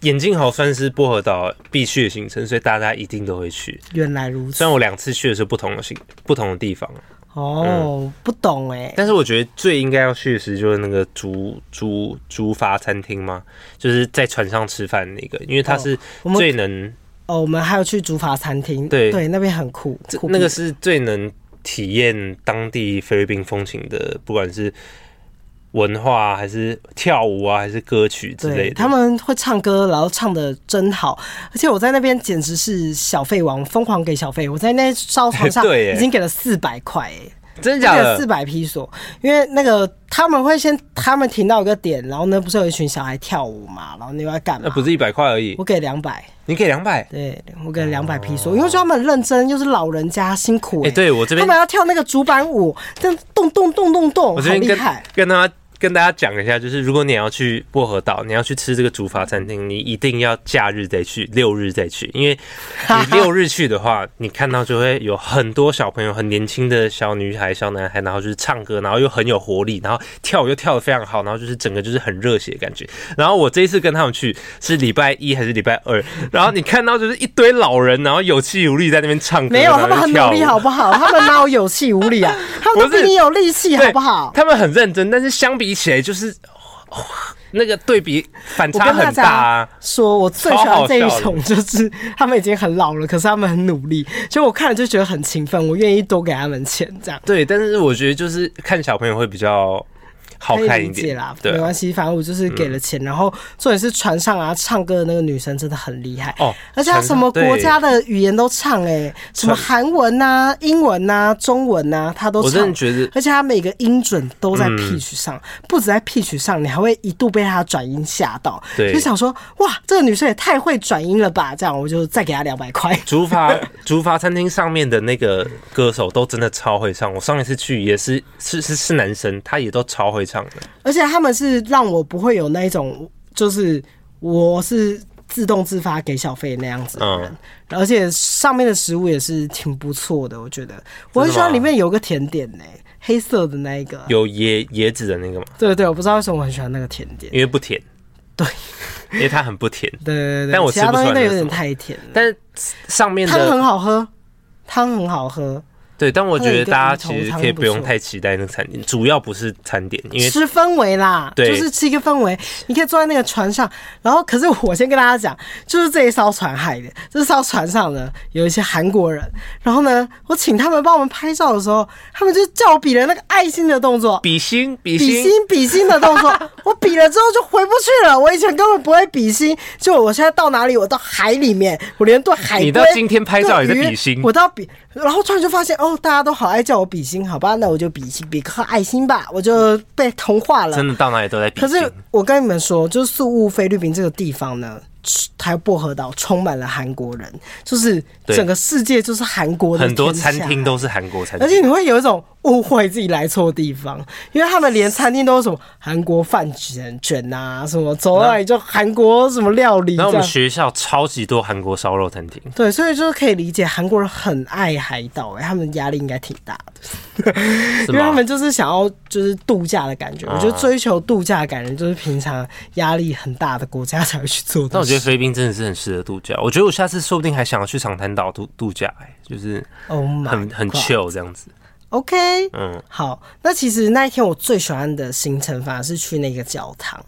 Speaker 2: 眼镜猴算是薄荷岛必去的行程，所以大家一定都会去。
Speaker 1: 原来如此
Speaker 2: 虽然我两次去的是不同的行不同的地方，
Speaker 1: 哦，不懂哎、
Speaker 2: 嗯但是我觉得最应该要去的是就是那个竹竹竹筏餐厅嘛，就是在船上吃饭那个，因为它是
Speaker 1: 哦我们
Speaker 2: 最能、
Speaker 1: 哦，我们还有去竹筏餐厅，
Speaker 2: 对
Speaker 1: 那边很酷，酷
Speaker 2: 那个
Speaker 1: 毙
Speaker 2: 是最能体验当地菲律宾风情的，不管是文化啊还是跳舞啊，还是歌曲之类
Speaker 1: 对，
Speaker 2: 的。
Speaker 1: 他们会唱歌，然后唱的真好，而且我在那边简直是小费王，疯狂给小费。我在那艘船上
Speaker 2: <laughs> 对耶
Speaker 1: 已经给了四百块，哎，
Speaker 2: 真的
Speaker 1: 那
Speaker 2: 假
Speaker 1: 个四
Speaker 2: 的？
Speaker 1: 百披索，因为那个他们会先，他们停到一个点，然后呢，不是有一群小孩跳舞嘛，然后你要干
Speaker 2: 那
Speaker 1: 嘛？
Speaker 2: 不是一百块而已，
Speaker 1: 我给两百，
Speaker 2: 你给两百。
Speaker 1: 对我给两百披索，
Speaker 2: 哦
Speaker 1: 因为我觉得他们很认真，又是老人家辛苦
Speaker 2: 哎、
Speaker 1: 哎、
Speaker 2: 对我这
Speaker 1: 他
Speaker 2: 边
Speaker 1: 们要跳那个竹板舞，这样动动动动动，
Speaker 2: 我
Speaker 1: 好
Speaker 2: 这边
Speaker 1: 厉
Speaker 2: 跟
Speaker 1: 害！
Speaker 2: 跟大家跟大家讲一下，就是如果你要去薄荷岛，你要去吃这个竹筏餐厅，你一定要假日再去，六日再去，因为你
Speaker 1: <laughs>
Speaker 2: 六日去的话，你看到就会有很多小朋友，很年轻的小女孩、小男孩，然后就是唱歌，然后又很有活力，然后跳舞又跳得非常好，然后就是整个就是很热血的感觉。然后我这一次跟他们去是礼拜一还是礼拜二，然后你看到就是一堆老人，然后有气无力在那边唱歌，
Speaker 1: 没有，
Speaker 2: 然后
Speaker 1: 他们
Speaker 2: 又
Speaker 1: 很
Speaker 2: 跳
Speaker 1: 努力，
Speaker 2: 舞
Speaker 1: 好不好？他们哪有有气无力
Speaker 2: <laughs>
Speaker 1: 啊？他们都
Speaker 2: 不是
Speaker 1: 比你有力气，
Speaker 2: 对
Speaker 1: 好不好？
Speaker 2: 他们很认真，但是相比起来就是。那个对比反
Speaker 1: 我
Speaker 2: 差
Speaker 1: 跟大
Speaker 2: 很大
Speaker 1: 家
Speaker 2: 啊。
Speaker 1: 说，我最喜欢这一
Speaker 2: 超好
Speaker 1: 种 <laughs> 就是他们已经很老了，可是他们很努力，就我看了就觉得很勤奋，我愿意多给他们钱这样。
Speaker 2: 对，但是我觉得就是看小朋友会比较好
Speaker 1: 可以
Speaker 2: 看一
Speaker 1: 理解
Speaker 2: 点
Speaker 1: 啦，
Speaker 2: 对
Speaker 1: 没
Speaker 2: 啊，嗯
Speaker 1: 关系，反正我就是给了钱。然后重点是船上啊，唱歌的那个女生真的很厉害，
Speaker 2: 哦
Speaker 1: 而且她
Speaker 2: 船上
Speaker 1: 什么国
Speaker 2: 对
Speaker 1: 家的语言都唱、欸，哎，什么韩文呐、英文呐、中文呐、她都
Speaker 2: 我真
Speaker 1: 唱
Speaker 2: 的。觉得
Speaker 1: 而且她每个音准都
Speaker 2: 嗯
Speaker 1: 在 pitch 上，不止在 pitch 上，你还会一度被她的转音吓到，
Speaker 2: 对
Speaker 1: 就想说哇，这个女生也太会转音了吧！这样我就再给她两百块。 <laughs>
Speaker 2: 竹筏 <laughs> 竹筏餐厅上面的那个歌手都真的超会唱，我上一次去也是是是是男生，他也都超会唱的。
Speaker 1: 而且他们是让我不会有那一种，就是我是自动自发给小费那样子
Speaker 2: 嗯
Speaker 1: 的人，而且上面的食物也是挺不错的，我觉得我很喜欢里面有个甜点呢、黑色的那一个，
Speaker 2: 有椰椰子的那个嘛，
Speaker 1: 对对对，我不知道为什么我很喜欢那个甜点，
Speaker 2: 因为不甜，
Speaker 1: 对
Speaker 2: 因为它很不甜，
Speaker 1: 对对对，
Speaker 2: 但我
Speaker 1: 其
Speaker 2: 吃
Speaker 1: 他
Speaker 2: 不出
Speaker 1: 东
Speaker 2: 来
Speaker 1: 西都
Speaker 2: 那
Speaker 1: 有
Speaker 2: 是
Speaker 1: 点
Speaker 2: 什么
Speaker 1: 太甜了，
Speaker 2: 但是上面
Speaker 1: 汤很
Speaker 2: 的
Speaker 1: 好喝，汤很好喝，
Speaker 2: 对，但我觉
Speaker 1: 它有一
Speaker 2: 得
Speaker 1: 个
Speaker 2: 大家
Speaker 1: 鱼头
Speaker 2: 其实
Speaker 1: 汤
Speaker 2: 可以
Speaker 1: 不
Speaker 2: 不用
Speaker 1: 错
Speaker 2: 太期待那个餐点，主要不是餐点，因为
Speaker 1: 吃氛围啦，
Speaker 2: 对
Speaker 1: 就是吃一个氛围。你可以坐在那个船上，然后可是我先跟大家讲，就是这一艘船害的，这艘船上呢有一些韩国人，然后呢，我请他们帮我们拍照的时候，他们就叫我比了那个爱心的动作。
Speaker 2: 比心比
Speaker 1: 比
Speaker 2: 心
Speaker 1: 心比心的动
Speaker 2: <laughs>
Speaker 1: 作，我比了之后就回不去了。我以前根本不会比心，就我现在到哪里，我到海里面，我连对海龟、
Speaker 2: 你到今天拍照也在
Speaker 1: 对鱼
Speaker 2: 比心
Speaker 1: 我到比，然后突然就发现哦，大家都好爱叫我比心，好吧，那我就比心，比颗爱心吧，我就被同化了
Speaker 2: 真。的到哪里都在比
Speaker 1: 可
Speaker 2: 心。
Speaker 1: 是我跟你们说，就是宿务菲律宾这个地方呢，台薄荷岛充满了韩国人，就是
Speaker 2: 对
Speaker 1: 整个世界就是韩国的
Speaker 2: 很多
Speaker 1: 天下
Speaker 2: 餐厅都是韩国餐
Speaker 1: 而且
Speaker 2: 厅，
Speaker 1: 你会有一种误会自己来错地方，因为他们连餐厅都是什么韩国饭卷卷啊，什么走到哪里就韩国什么料理这
Speaker 2: 然后我们
Speaker 1: 样。
Speaker 2: 学校超级多韩国烧肉餐厅，
Speaker 1: 对，所以就是可以理解韩国人很爱海岛、欸，他们压力应该挺大的，
Speaker 2: 是
Speaker 1: 因为他
Speaker 2: 吗
Speaker 1: 们？就是想要就是度假的感觉。我觉得
Speaker 2: 啊
Speaker 1: 追求度假的感觉，就是平常压力很大的国家才会去做的事。
Speaker 2: 但我觉得菲律宾真的是很适合度假，我觉得我下次说不定还想要去长滩岛度度假、哎，就是
Speaker 1: ，Oh my，
Speaker 2: 很很
Speaker 1: God
Speaker 2: chill 这样子。
Speaker 1: OK，
Speaker 2: 嗯，
Speaker 1: 好，那其实那一天我最喜欢的行程反而是去那个教堂，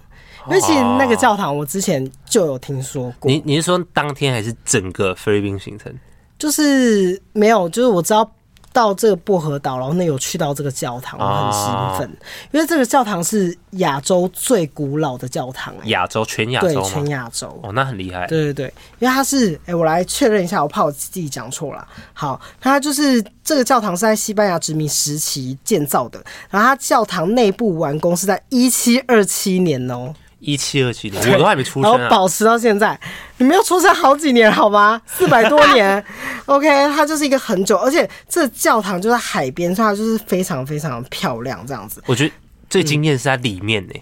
Speaker 1: 因为其实那个教堂我之前就有听说过
Speaker 2: 哦你，你是说当天还是整个菲律宾行程？
Speaker 1: 就是没有，就是我知道到这个薄荷岛，然后那有去到这个教堂，我很兴
Speaker 2: 啊
Speaker 1: 奋，因为这个教堂是亚洲最古老的教堂、欸，
Speaker 2: 亚洲全亚
Speaker 1: 对，
Speaker 2: 洲吗
Speaker 1: 全？亚洲。
Speaker 2: 哦，那很厉害。
Speaker 1: 对对对，因为它是，哎、我来确认一下，我怕我自己讲错了。好，它就是这个教堂是在西班牙殖民时期建造的，然后它教堂内部完工是在一七二七年哦、
Speaker 2: 一七二七年，我都还没出
Speaker 1: 然
Speaker 2: 生
Speaker 1: 后
Speaker 2: 啊。
Speaker 1: 保持到现在，你没有出生好几年好吗？四百多年 <laughs> ，OK，它就是一个很久，而且这教堂就在海边，所以它就是非常非常漂亮这样子。
Speaker 2: 我觉得最
Speaker 1: 嗯
Speaker 2: 惊艳是在里面呢、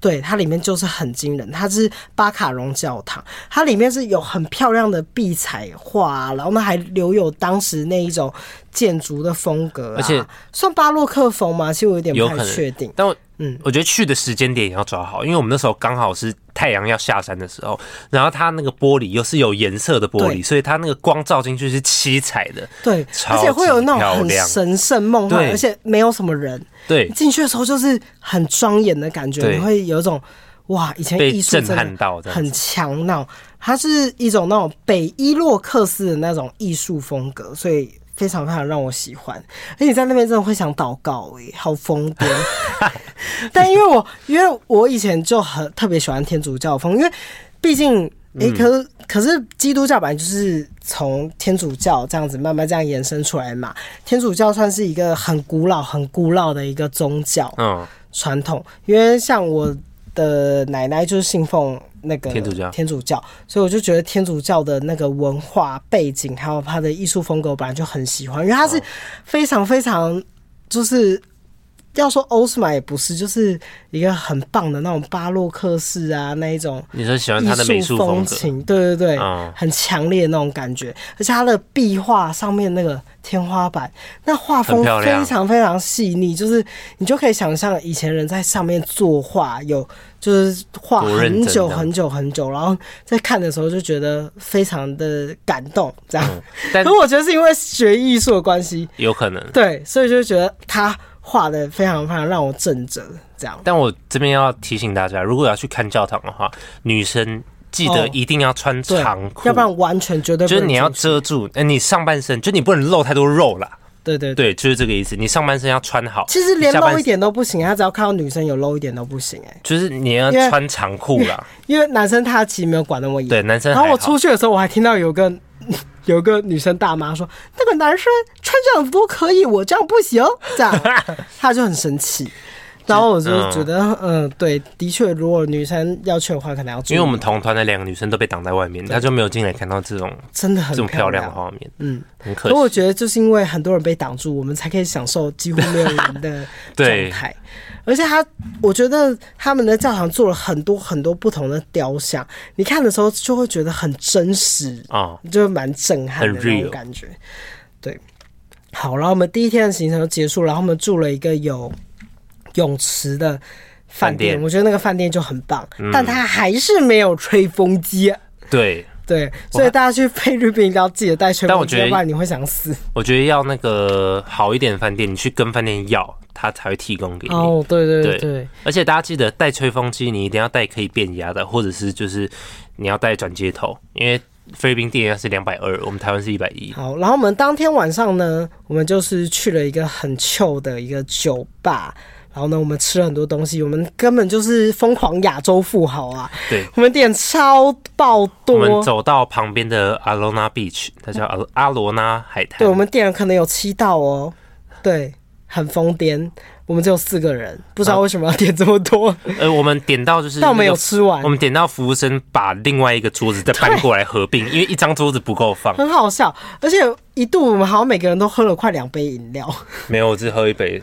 Speaker 1: 对，它里面就是很惊人，它是巴卡荣教堂，它里面是有很漂亮的壁彩画、啊，然后呢还留有当时那一种建筑的风格、啊，
Speaker 2: 而且
Speaker 1: 算巴洛克风吗？其实我有点
Speaker 2: 有
Speaker 1: 不
Speaker 2: 可
Speaker 1: 太
Speaker 2: 能
Speaker 1: 确定。
Speaker 2: 但我
Speaker 1: 嗯
Speaker 2: 我觉得去的时间点也要抓好，因为我们那时候刚好是太阳要下山的时候，然后它那个玻璃又是有颜色的玻
Speaker 1: 对
Speaker 2: 璃，所以它那个光照进去是七彩的。
Speaker 1: 对，
Speaker 2: 超
Speaker 1: 而且会有那
Speaker 2: 级
Speaker 1: 种
Speaker 2: 漂
Speaker 1: 很
Speaker 2: 亮
Speaker 1: 神圣梦幻，
Speaker 2: 对
Speaker 1: 而且没有什么人。
Speaker 2: 对
Speaker 1: 你，进去的时候就是很庄严的感觉，
Speaker 2: 对
Speaker 1: 你会有一种哇，以前
Speaker 2: 被
Speaker 1: 艺术真
Speaker 2: 震撼
Speaker 1: 的
Speaker 2: 到这样
Speaker 1: 很强那种，它是一种那种北伊洛克斯的那种艺术风格，所以。非常非常让我喜欢，而且在那边真的会想祷告诶、好疯癫。 <laughs> 但因为我因为我以前就很特别喜欢天主教风，因为毕竟诶、
Speaker 2: 嗯
Speaker 1: 可是可是基督教本来就是从天主教这样子慢慢这样延伸出来嘛。天主教算是一个很古老、很古老的一个宗教
Speaker 2: 嗯，
Speaker 1: 传统，因为像我的奶奶就是信奉那个
Speaker 2: 天主教
Speaker 1: 天主教，所以我就觉得天主教的那个文化背景，还有它的艺术风格，我本来就很喜欢，因为它是
Speaker 2: 哦
Speaker 1: 非常非常就是。要说欧斯玛也不是，就是一个很棒的那种巴洛克式啊，那一种
Speaker 2: 你说喜欢它的美
Speaker 1: 艺
Speaker 2: 术
Speaker 1: 术
Speaker 2: 风
Speaker 1: 风
Speaker 2: 格，
Speaker 1: 情，对对对，
Speaker 2: 嗯
Speaker 1: 很强烈的那种感觉。而且它的壁画上面那个天花板，那画风
Speaker 2: 很漂亮
Speaker 1: 非常非常细腻，就是你就可以想象以前人在上面作画，有就是画
Speaker 2: 多认
Speaker 1: 很
Speaker 2: 真
Speaker 1: 久
Speaker 2: 这样
Speaker 1: 很久很久，然后在看的时候就觉得非常的感动，这样。
Speaker 2: 但
Speaker 1: 可我觉得是因为学艺术的关系，
Speaker 2: 有可能
Speaker 1: 对，所以就觉得他画的非常非常让我震着，这样。
Speaker 2: 但我这边要提醒大家，如果要去看教堂的话，女生记得
Speaker 1: 哦
Speaker 2: 一定要穿
Speaker 1: 对，
Speaker 2: 长裤，
Speaker 1: 要不然完全绝对不
Speaker 2: 就是
Speaker 1: 能
Speaker 2: 你要
Speaker 1: 进去
Speaker 2: 遮住，哎、你上半身，就你不能露太多肉啦。
Speaker 1: 对对对。
Speaker 2: 对，就是这个意思。你上半身要穿好，
Speaker 1: 其实连
Speaker 2: 下半
Speaker 1: 露一
Speaker 2: 身
Speaker 1: 点都不行，他只要看到女生有露一点都不行哎、
Speaker 2: 就是你要
Speaker 1: 因为
Speaker 2: 穿长裤啦。
Speaker 1: 因为男生他其实没有管那么严。
Speaker 2: 对，男生
Speaker 1: 然
Speaker 2: 还
Speaker 1: 后
Speaker 2: 好。
Speaker 1: 我出去的时候，我还听到有个 <laughs> 有个女生大妈说：“那个男生穿这样子都可以，我这样不行。”这
Speaker 2: <laughs>
Speaker 1: 样，她就很生气。然后我就觉得，嗯，对，的确，如果女生要去的话，可能要注意
Speaker 2: 因为我们同团的两个女生都被挡在外面，她就没有进来看到这种
Speaker 1: 真的很
Speaker 2: 这种漂亮
Speaker 1: 亮
Speaker 2: 的。画面，
Speaker 1: 嗯，
Speaker 2: 很可
Speaker 1: 可我
Speaker 2: 惜。
Speaker 1: 觉得就是因为很多人被挡住，我们才可以享受几乎没有人的
Speaker 2: 对
Speaker 1: 状态。而且他，我觉得他们的教堂做了很多很多不同的雕像，你看的时候就会觉得很真实，
Speaker 2: 哦，
Speaker 1: 就蛮震撼的
Speaker 2: 很
Speaker 1: 那
Speaker 2: real
Speaker 1: 种感觉。对，好，然后我们第一天的行程就结束，然后我们住了一个有泳池的饭
Speaker 2: 饭店嗯
Speaker 1: 店，我觉得那个饭店就很棒，但它还是没有吹风机。
Speaker 2: 对，
Speaker 1: 对，所以大家去菲律宾一定要记得带吹
Speaker 2: 但我
Speaker 1: 风机，
Speaker 2: 觉得
Speaker 1: 要不然你会想死。
Speaker 2: 我觉得要那个好一点的饭店，你去跟饭店要，他才会提供给你。
Speaker 1: 哦，对对
Speaker 2: 对
Speaker 1: 对对
Speaker 2: 而且大家记得带吹风机，你一定要带可以变压的，或者是就是你要带转接头，因为菲律宾电压是两百二，我们台湾是一百
Speaker 1: <laughs>
Speaker 2: 一。
Speaker 1: 好，然后我们当天晚上呢，我们就是去了一个很旧的一个酒吧。然后呢，我们吃了很多东西，我们根本就是疯狂亚洲富豪啊！
Speaker 2: 对，
Speaker 1: 我们点超爆
Speaker 2: 我
Speaker 1: 多，
Speaker 2: 们走到旁边的阿罗纳 beach，它叫阿罗阿罗纳海滩。
Speaker 1: 对我们店可能有七道哦，对，很疯癫。我们只有四个人，不知道为什么要点这么多，
Speaker 2: 呃，我们点到就是、那
Speaker 1: 但我们有
Speaker 2: 个
Speaker 1: 吃完
Speaker 2: 我，们点到服务生把另外一个桌子再搬过来合并，因为一张桌子不
Speaker 1: <laughs>
Speaker 2: 够放。
Speaker 1: 很好笑。而且一度我们好像每个人都喝了快两杯饮 <laughs> 料，
Speaker 2: 没有，我只喝一杯，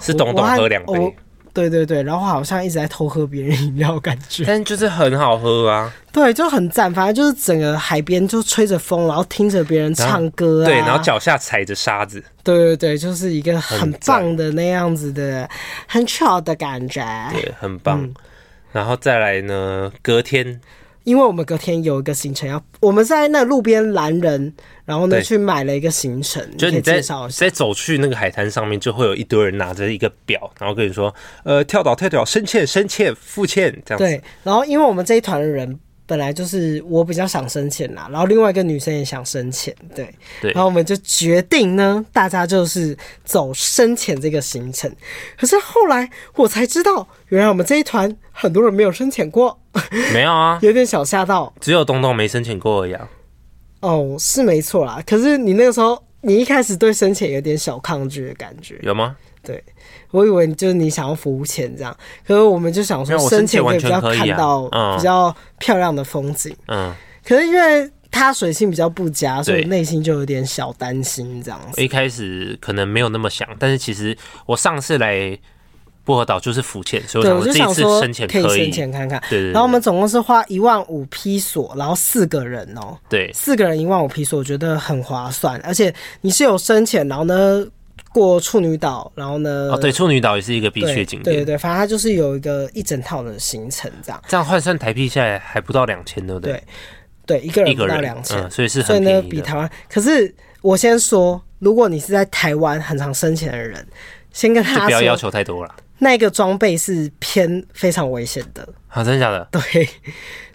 Speaker 2: 是董
Speaker 1: 我
Speaker 2: 董
Speaker 1: 还
Speaker 2: 喝两。
Speaker 1: 我
Speaker 2: 杯，
Speaker 1: 对对对，然后好像一直在偷喝别人饮料，感觉
Speaker 2: 但是就是很好喝啊。
Speaker 1: 对，就很赞。反正就是整个海边就吹着风，然后听着别人唱歌啊，
Speaker 2: 对，然后脚下踩着沙子，
Speaker 1: 对对对，就是一个很
Speaker 2: 很赞
Speaker 1: 棒的那样子的，很 chill 的感觉。
Speaker 2: 对，很棒。
Speaker 1: 嗯
Speaker 2: 然后再来呢，隔天
Speaker 1: 因为我们隔天有一个行程要，我们在那路边拦人，然后呢
Speaker 2: 对
Speaker 1: 去买了一个行程，
Speaker 2: 就是
Speaker 1: 可
Speaker 2: 你
Speaker 1: 以
Speaker 2: 在
Speaker 1: 介绍一下。
Speaker 2: 在走去那个海滩上面，就会有一堆人拿着一个表，然后跟你说，呃，跳岛跳岛，深欠深欠，付欠这样子。
Speaker 1: 对，然后因为我们这一团的人本来就是我比较想深潜啦，然后另外一个女生也想深潜，对，
Speaker 2: 对
Speaker 1: 然后我们就决定呢，大家就是走深潜这个行程。可是后来我才知道，原来我们这一团很多人没有深潜过，
Speaker 2: 没有啊，
Speaker 1: 有点小吓到。
Speaker 2: 只有东东没申请过而已啊。
Speaker 1: 哦，是没错啦，可是你那个时候。你一开始对深潜有点小抗拒的感觉，
Speaker 2: 有吗？
Speaker 1: 对，我以为就是你想要浮潜这样，可是我们就想说
Speaker 2: 没有我
Speaker 1: 深
Speaker 2: 深潜
Speaker 1: 潜可
Speaker 2: 完
Speaker 1: 以比
Speaker 2: 全
Speaker 1: 较
Speaker 2: 可以
Speaker 1: 看
Speaker 2: 啊
Speaker 1: 到
Speaker 2: 嗯
Speaker 1: 比较漂亮的风景。
Speaker 2: 嗯，
Speaker 1: 可是因为它水性比较不佳，所以
Speaker 2: 对
Speaker 1: 内心就有点小担心这样
Speaker 2: 我
Speaker 1: 子。
Speaker 2: 一开始可能没有那么想，但是其实我上次来薄荷岛就是浮潜，所以
Speaker 1: 对，
Speaker 2: 我
Speaker 1: 我就想
Speaker 2: 想这一次
Speaker 1: 说
Speaker 2: 深潜
Speaker 1: 可以
Speaker 2: 可以
Speaker 1: 深，潜看看。
Speaker 2: 对对对
Speaker 1: 然后我们总共是花一万五披索，然后四个人哦、
Speaker 2: 对
Speaker 1: 四个人一万五披索，我觉得很划算。而且你是有深潜，然后呢过处女岛，然后呢
Speaker 2: 哦对，处女岛也是一个必
Speaker 1: 对
Speaker 2: 去景
Speaker 1: 对对
Speaker 2: 点，
Speaker 1: 对，反正它就是有一个一整套的行程这样。
Speaker 2: 这样换算台币下来还不到两千，对不对？
Speaker 1: 对对，一个
Speaker 2: 一
Speaker 1: 人
Speaker 2: 个
Speaker 1: 不到
Speaker 2: 人
Speaker 1: 两千、
Speaker 2: 嗯所以是
Speaker 1: 所以
Speaker 2: 很
Speaker 1: 呢，
Speaker 2: 便宜
Speaker 1: 比
Speaker 2: 的。
Speaker 1: 台湾。可是我先说，如果你是在台湾很常生钱的人，先跟
Speaker 2: 就
Speaker 1: 他
Speaker 2: 不要要
Speaker 1: 说，
Speaker 2: 求太多了，
Speaker 1: 那个装备是偏非常危险的。 <laughs>
Speaker 2: 啊，真的假的？
Speaker 1: 对，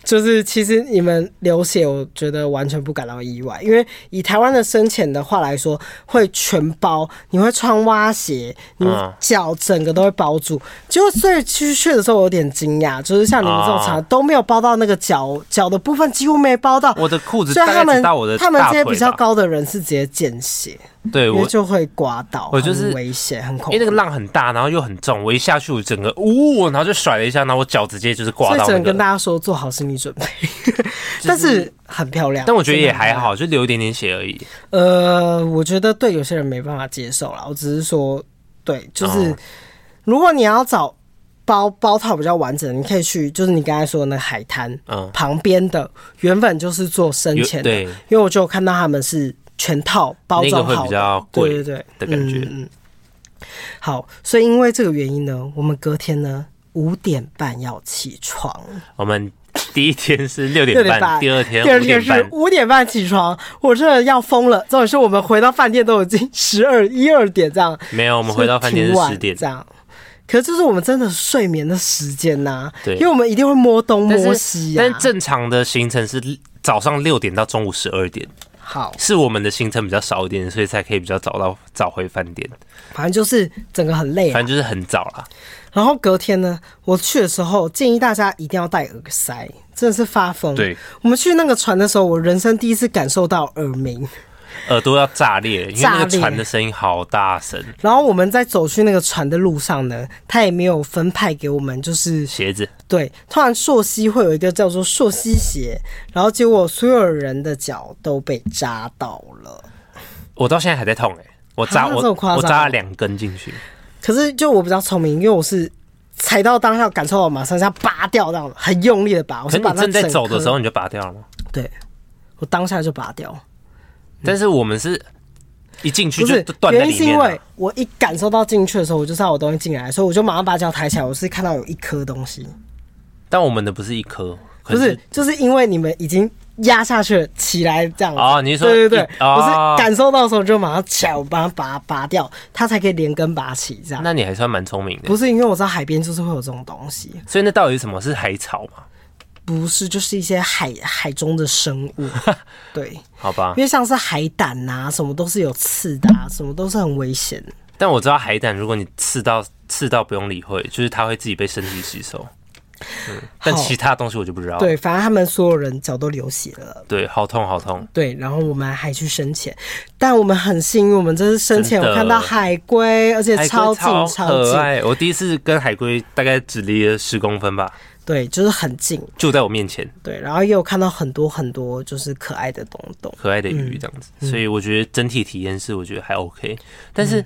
Speaker 1: 就是其实你们流血，我觉得完全不感到意外，因为以台湾的深潜的话来说，会全包，你会穿蛙鞋，你
Speaker 2: 嗯
Speaker 1: 脚整个都会包住。结果所以去去的时候，我有点惊讶，就是像你们这种场
Speaker 2: 啊
Speaker 1: 都没有包到那个脚脚的部分，几乎没包到。
Speaker 2: 我的裤子
Speaker 1: 所以
Speaker 2: 大
Speaker 1: 他
Speaker 2: 概
Speaker 1: 们
Speaker 2: 只到我的
Speaker 1: 他们
Speaker 2: 大
Speaker 1: 这
Speaker 2: 腿
Speaker 1: 些比较
Speaker 2: 吧，
Speaker 1: 高的人是直接见血，
Speaker 2: 对
Speaker 1: 因为
Speaker 2: 我，
Speaker 1: 就会刮到，
Speaker 2: 我就是
Speaker 1: 很危险，很恐
Speaker 2: 因为那
Speaker 1: 怖
Speaker 2: 个。浪很大，然后又很重，我一下去我整个呜，然后就甩了一下，然后我脚直接就是挂
Speaker 1: 所以
Speaker 2: 到
Speaker 1: 只
Speaker 2: 那
Speaker 1: 能跟
Speaker 2: 个。
Speaker 1: 大家说做好心理准备， <laughs> 但是很漂亮。
Speaker 2: 但我觉得
Speaker 1: 真
Speaker 2: 也
Speaker 1: 的很漂
Speaker 2: 还
Speaker 1: 亮。
Speaker 2: 好，就流一点点血而已。
Speaker 1: 呃，我觉得对有些人没办法接受啦。我只是说，对，就是、
Speaker 2: 哦
Speaker 1: 如果你要找包包套比较完整的，你可以去就是你刚才说的那个海滩、
Speaker 2: 嗯
Speaker 1: 旁边的，原本就是做深
Speaker 2: 有
Speaker 1: 潜的，
Speaker 2: 对
Speaker 1: 因为我就有看到他们是全套包
Speaker 2: 那个
Speaker 1: 装
Speaker 2: 会
Speaker 1: 好
Speaker 2: 比
Speaker 1: 的
Speaker 2: 较贵
Speaker 1: 对对
Speaker 2: 的
Speaker 1: 对
Speaker 2: 感觉
Speaker 1: 嗯嗯。好，所以因为这个原因呢，我们隔天呢五点半要起床。
Speaker 2: 我们第一
Speaker 1: <laughs>
Speaker 2: 天是六
Speaker 1: 六
Speaker 2: 点
Speaker 1: 点
Speaker 2: 半，
Speaker 1: 半，
Speaker 2: 第二天
Speaker 1: 第二
Speaker 2: 五
Speaker 1: 天
Speaker 2: 点
Speaker 1: 是
Speaker 2: 半，
Speaker 1: 五点半起床，我真的要疯了。重点是我们回到饭店都已经 <laughs> 十二一二点这样，
Speaker 2: 没有，我
Speaker 1: 我
Speaker 2: 们回到饭店是十点
Speaker 1: 这。样。可是这是我们真的睡眠的时间呐、
Speaker 2: 对
Speaker 1: 因为我们一定会摸东
Speaker 2: 但
Speaker 1: 摸
Speaker 2: 是
Speaker 1: 西、啊。
Speaker 2: 但正常的行程是早上六点到中午十二点，
Speaker 1: 好，
Speaker 2: 是我们的行程比较少一点，所以才可以比较早到早回饭店。
Speaker 1: 反正就是整个很累、啊
Speaker 2: 反正。就是很早啦。
Speaker 1: 然后隔天呢，我去的时候建议大家一定要戴耳塞，真的是发疯。
Speaker 2: 对，
Speaker 1: 我们去那个船的时候，我人生第一次感受到耳鸣。
Speaker 2: 耳朵要炸裂，因为那
Speaker 1: 炸
Speaker 2: 个
Speaker 1: 裂
Speaker 2: 船的声音好大声。
Speaker 1: 然后我们在走去那个船的路上呢，他也没有分派给我们，就是
Speaker 2: 鞋子
Speaker 1: 对，突然溯溪会有一个叫做溯溪鞋，然后结果所有人的脚都被扎到了。
Speaker 2: 我到现在还在痛哎、我扎
Speaker 1: 啊
Speaker 2: 我
Speaker 1: 这么夸张
Speaker 2: 我扎了两根进去，
Speaker 1: 可是就我比较聪明，因为我是踩到当下感受到马上要拔掉，这样很用力的拔。我
Speaker 2: 可
Speaker 1: 是
Speaker 2: 是
Speaker 1: 把
Speaker 2: 你
Speaker 1: 它
Speaker 2: 正在走的时
Speaker 1: 整
Speaker 2: 候你就拔掉了吗？
Speaker 1: 颗，对我当下就拔掉。
Speaker 2: 但是我们是一进去
Speaker 1: 不
Speaker 2: 就是断在
Speaker 1: 原因
Speaker 2: 里
Speaker 1: 是因
Speaker 2: 面
Speaker 1: 为
Speaker 2: 了。
Speaker 1: 我一感受到进去的时候，我就知道有东西进来，所以我就马上把脚抬起来。我是看到有一颗东西，
Speaker 2: 但我们的不是一颗，可
Speaker 1: 不是，就是因为你们已经压下去了，起来这样子。
Speaker 2: 哦你是说
Speaker 1: 对对对，
Speaker 2: 一哦
Speaker 1: 我是感受到的时候就马上起来，我把它拔拔掉，它才可以连根拔起这样。
Speaker 2: 那你还算蛮聪明的
Speaker 1: 不。是因为我知道海边就是会有这种东西，
Speaker 2: 所以那到底是什么？是海草吗？
Speaker 1: 不是就是一些海海中的生
Speaker 2: <laughs>
Speaker 1: 物，对，
Speaker 2: 好吧
Speaker 1: 因，为像是海胆呐、什么都是有刺的、啊，什么都是很危险的。
Speaker 2: 但我知道海胆，如果你刺到刺到不用理会，就是它会自己被身体吸收。嗯，但
Speaker 1: 好
Speaker 2: 其啊他东西我就不知道。
Speaker 1: 对，反正他们所有人脚都流血了。
Speaker 2: 对，好痛好痛。
Speaker 1: 对，然后我们还去深潜，但我们很幸运，我们这次深潜
Speaker 2: 真的
Speaker 1: 有看到海龟，而且
Speaker 2: 海龟
Speaker 1: 超近
Speaker 2: 超
Speaker 1: 超
Speaker 2: 可
Speaker 1: 近，
Speaker 2: 爱。我第一次跟海龟大概只离了十公分吧，
Speaker 1: 对，就是很近，
Speaker 2: 就在我面前，
Speaker 1: 对，然后也有看到很多很多就是可爱的东东，
Speaker 2: 可爱的
Speaker 1: 嗯
Speaker 2: 鱼这样子。所以我觉得整体体验是我觉得还 OK，但是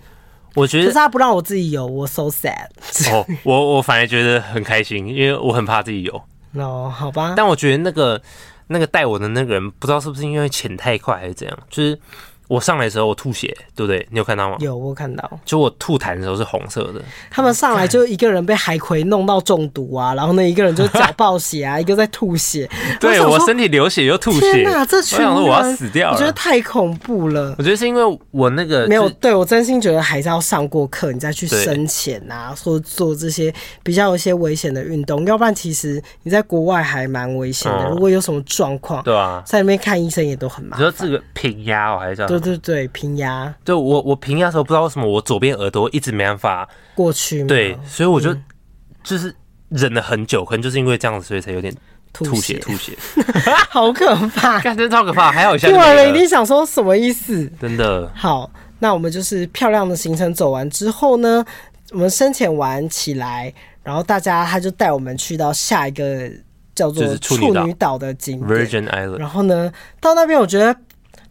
Speaker 2: 我觉
Speaker 1: 嗯可是
Speaker 2: 得、
Speaker 1: 他不让我自己游，我 so sad。 <laughs>
Speaker 2: 哦，我我反而觉得很开心，因为我很怕自己游。
Speaker 1: 哦，好吧，
Speaker 2: 但我觉得那个那个带我的那个人，不知道是不是因为潜太快还是怎样，就是我上来的时候我吐血，对不对？你有看到吗？
Speaker 1: 有我看到
Speaker 2: 就我吐痰的时候是红色的，
Speaker 1: 他们上来就一个人被海葵弄到中毒啊，然后呢一个人就
Speaker 2: <laughs>
Speaker 1: 脚爆血啊，一个在吐血，
Speaker 2: 对
Speaker 1: 我
Speaker 2: 我
Speaker 1: 想说
Speaker 2: 身体流血又吐血，
Speaker 1: 天哪，这群
Speaker 2: 我想
Speaker 1: 人
Speaker 2: 说我要死掉了。
Speaker 1: 我觉得太恐怖了。
Speaker 2: 我觉得是因为我那个
Speaker 1: 没有，
Speaker 2: 就
Speaker 1: 对我真心觉得还是要上过课，你再去
Speaker 2: 对
Speaker 1: 深潜啊，或者做这些比较有一些危险的运动，要不然其实你在国外还蛮危险的。
Speaker 2: 嗯
Speaker 1: 如果有什么状况，
Speaker 2: 对啊，
Speaker 1: 在那边看医生也都很麻
Speaker 2: 你说
Speaker 1: 烦。
Speaker 2: 这个平压哦，还是叫
Speaker 1: 对
Speaker 2: 什么？
Speaker 1: 对对，平压
Speaker 2: 对，我我平压的时候不知道为什么我左边耳朵一直没办法，
Speaker 1: 过去嘛，
Speaker 2: 对，所以
Speaker 1: 嗯
Speaker 2: 我就、就是忍了很久，可能就是因为这样子，所以才有点
Speaker 1: 吐
Speaker 2: 吐
Speaker 1: 血
Speaker 2: 血，吐血，
Speaker 1: <laughs> 好可
Speaker 2: <laughs>
Speaker 1: 怕！
Speaker 2: 干真的超可怕，还好
Speaker 1: <laughs>
Speaker 2: 一下
Speaker 1: 听
Speaker 2: 就
Speaker 1: 完啊了一
Speaker 2: 没
Speaker 1: 定
Speaker 2: 了，
Speaker 1: 想说什么意思？
Speaker 2: 真的
Speaker 1: 好，那我们就是漂亮的行程走完之后呢，我们深潜完起来，然后大家他就带我们去到下一个叫做
Speaker 2: 就是处女
Speaker 1: 处
Speaker 2: 岛
Speaker 1: 女岛的景点。
Speaker 2: Virgin Island，
Speaker 1: 然后呢，到那边我觉得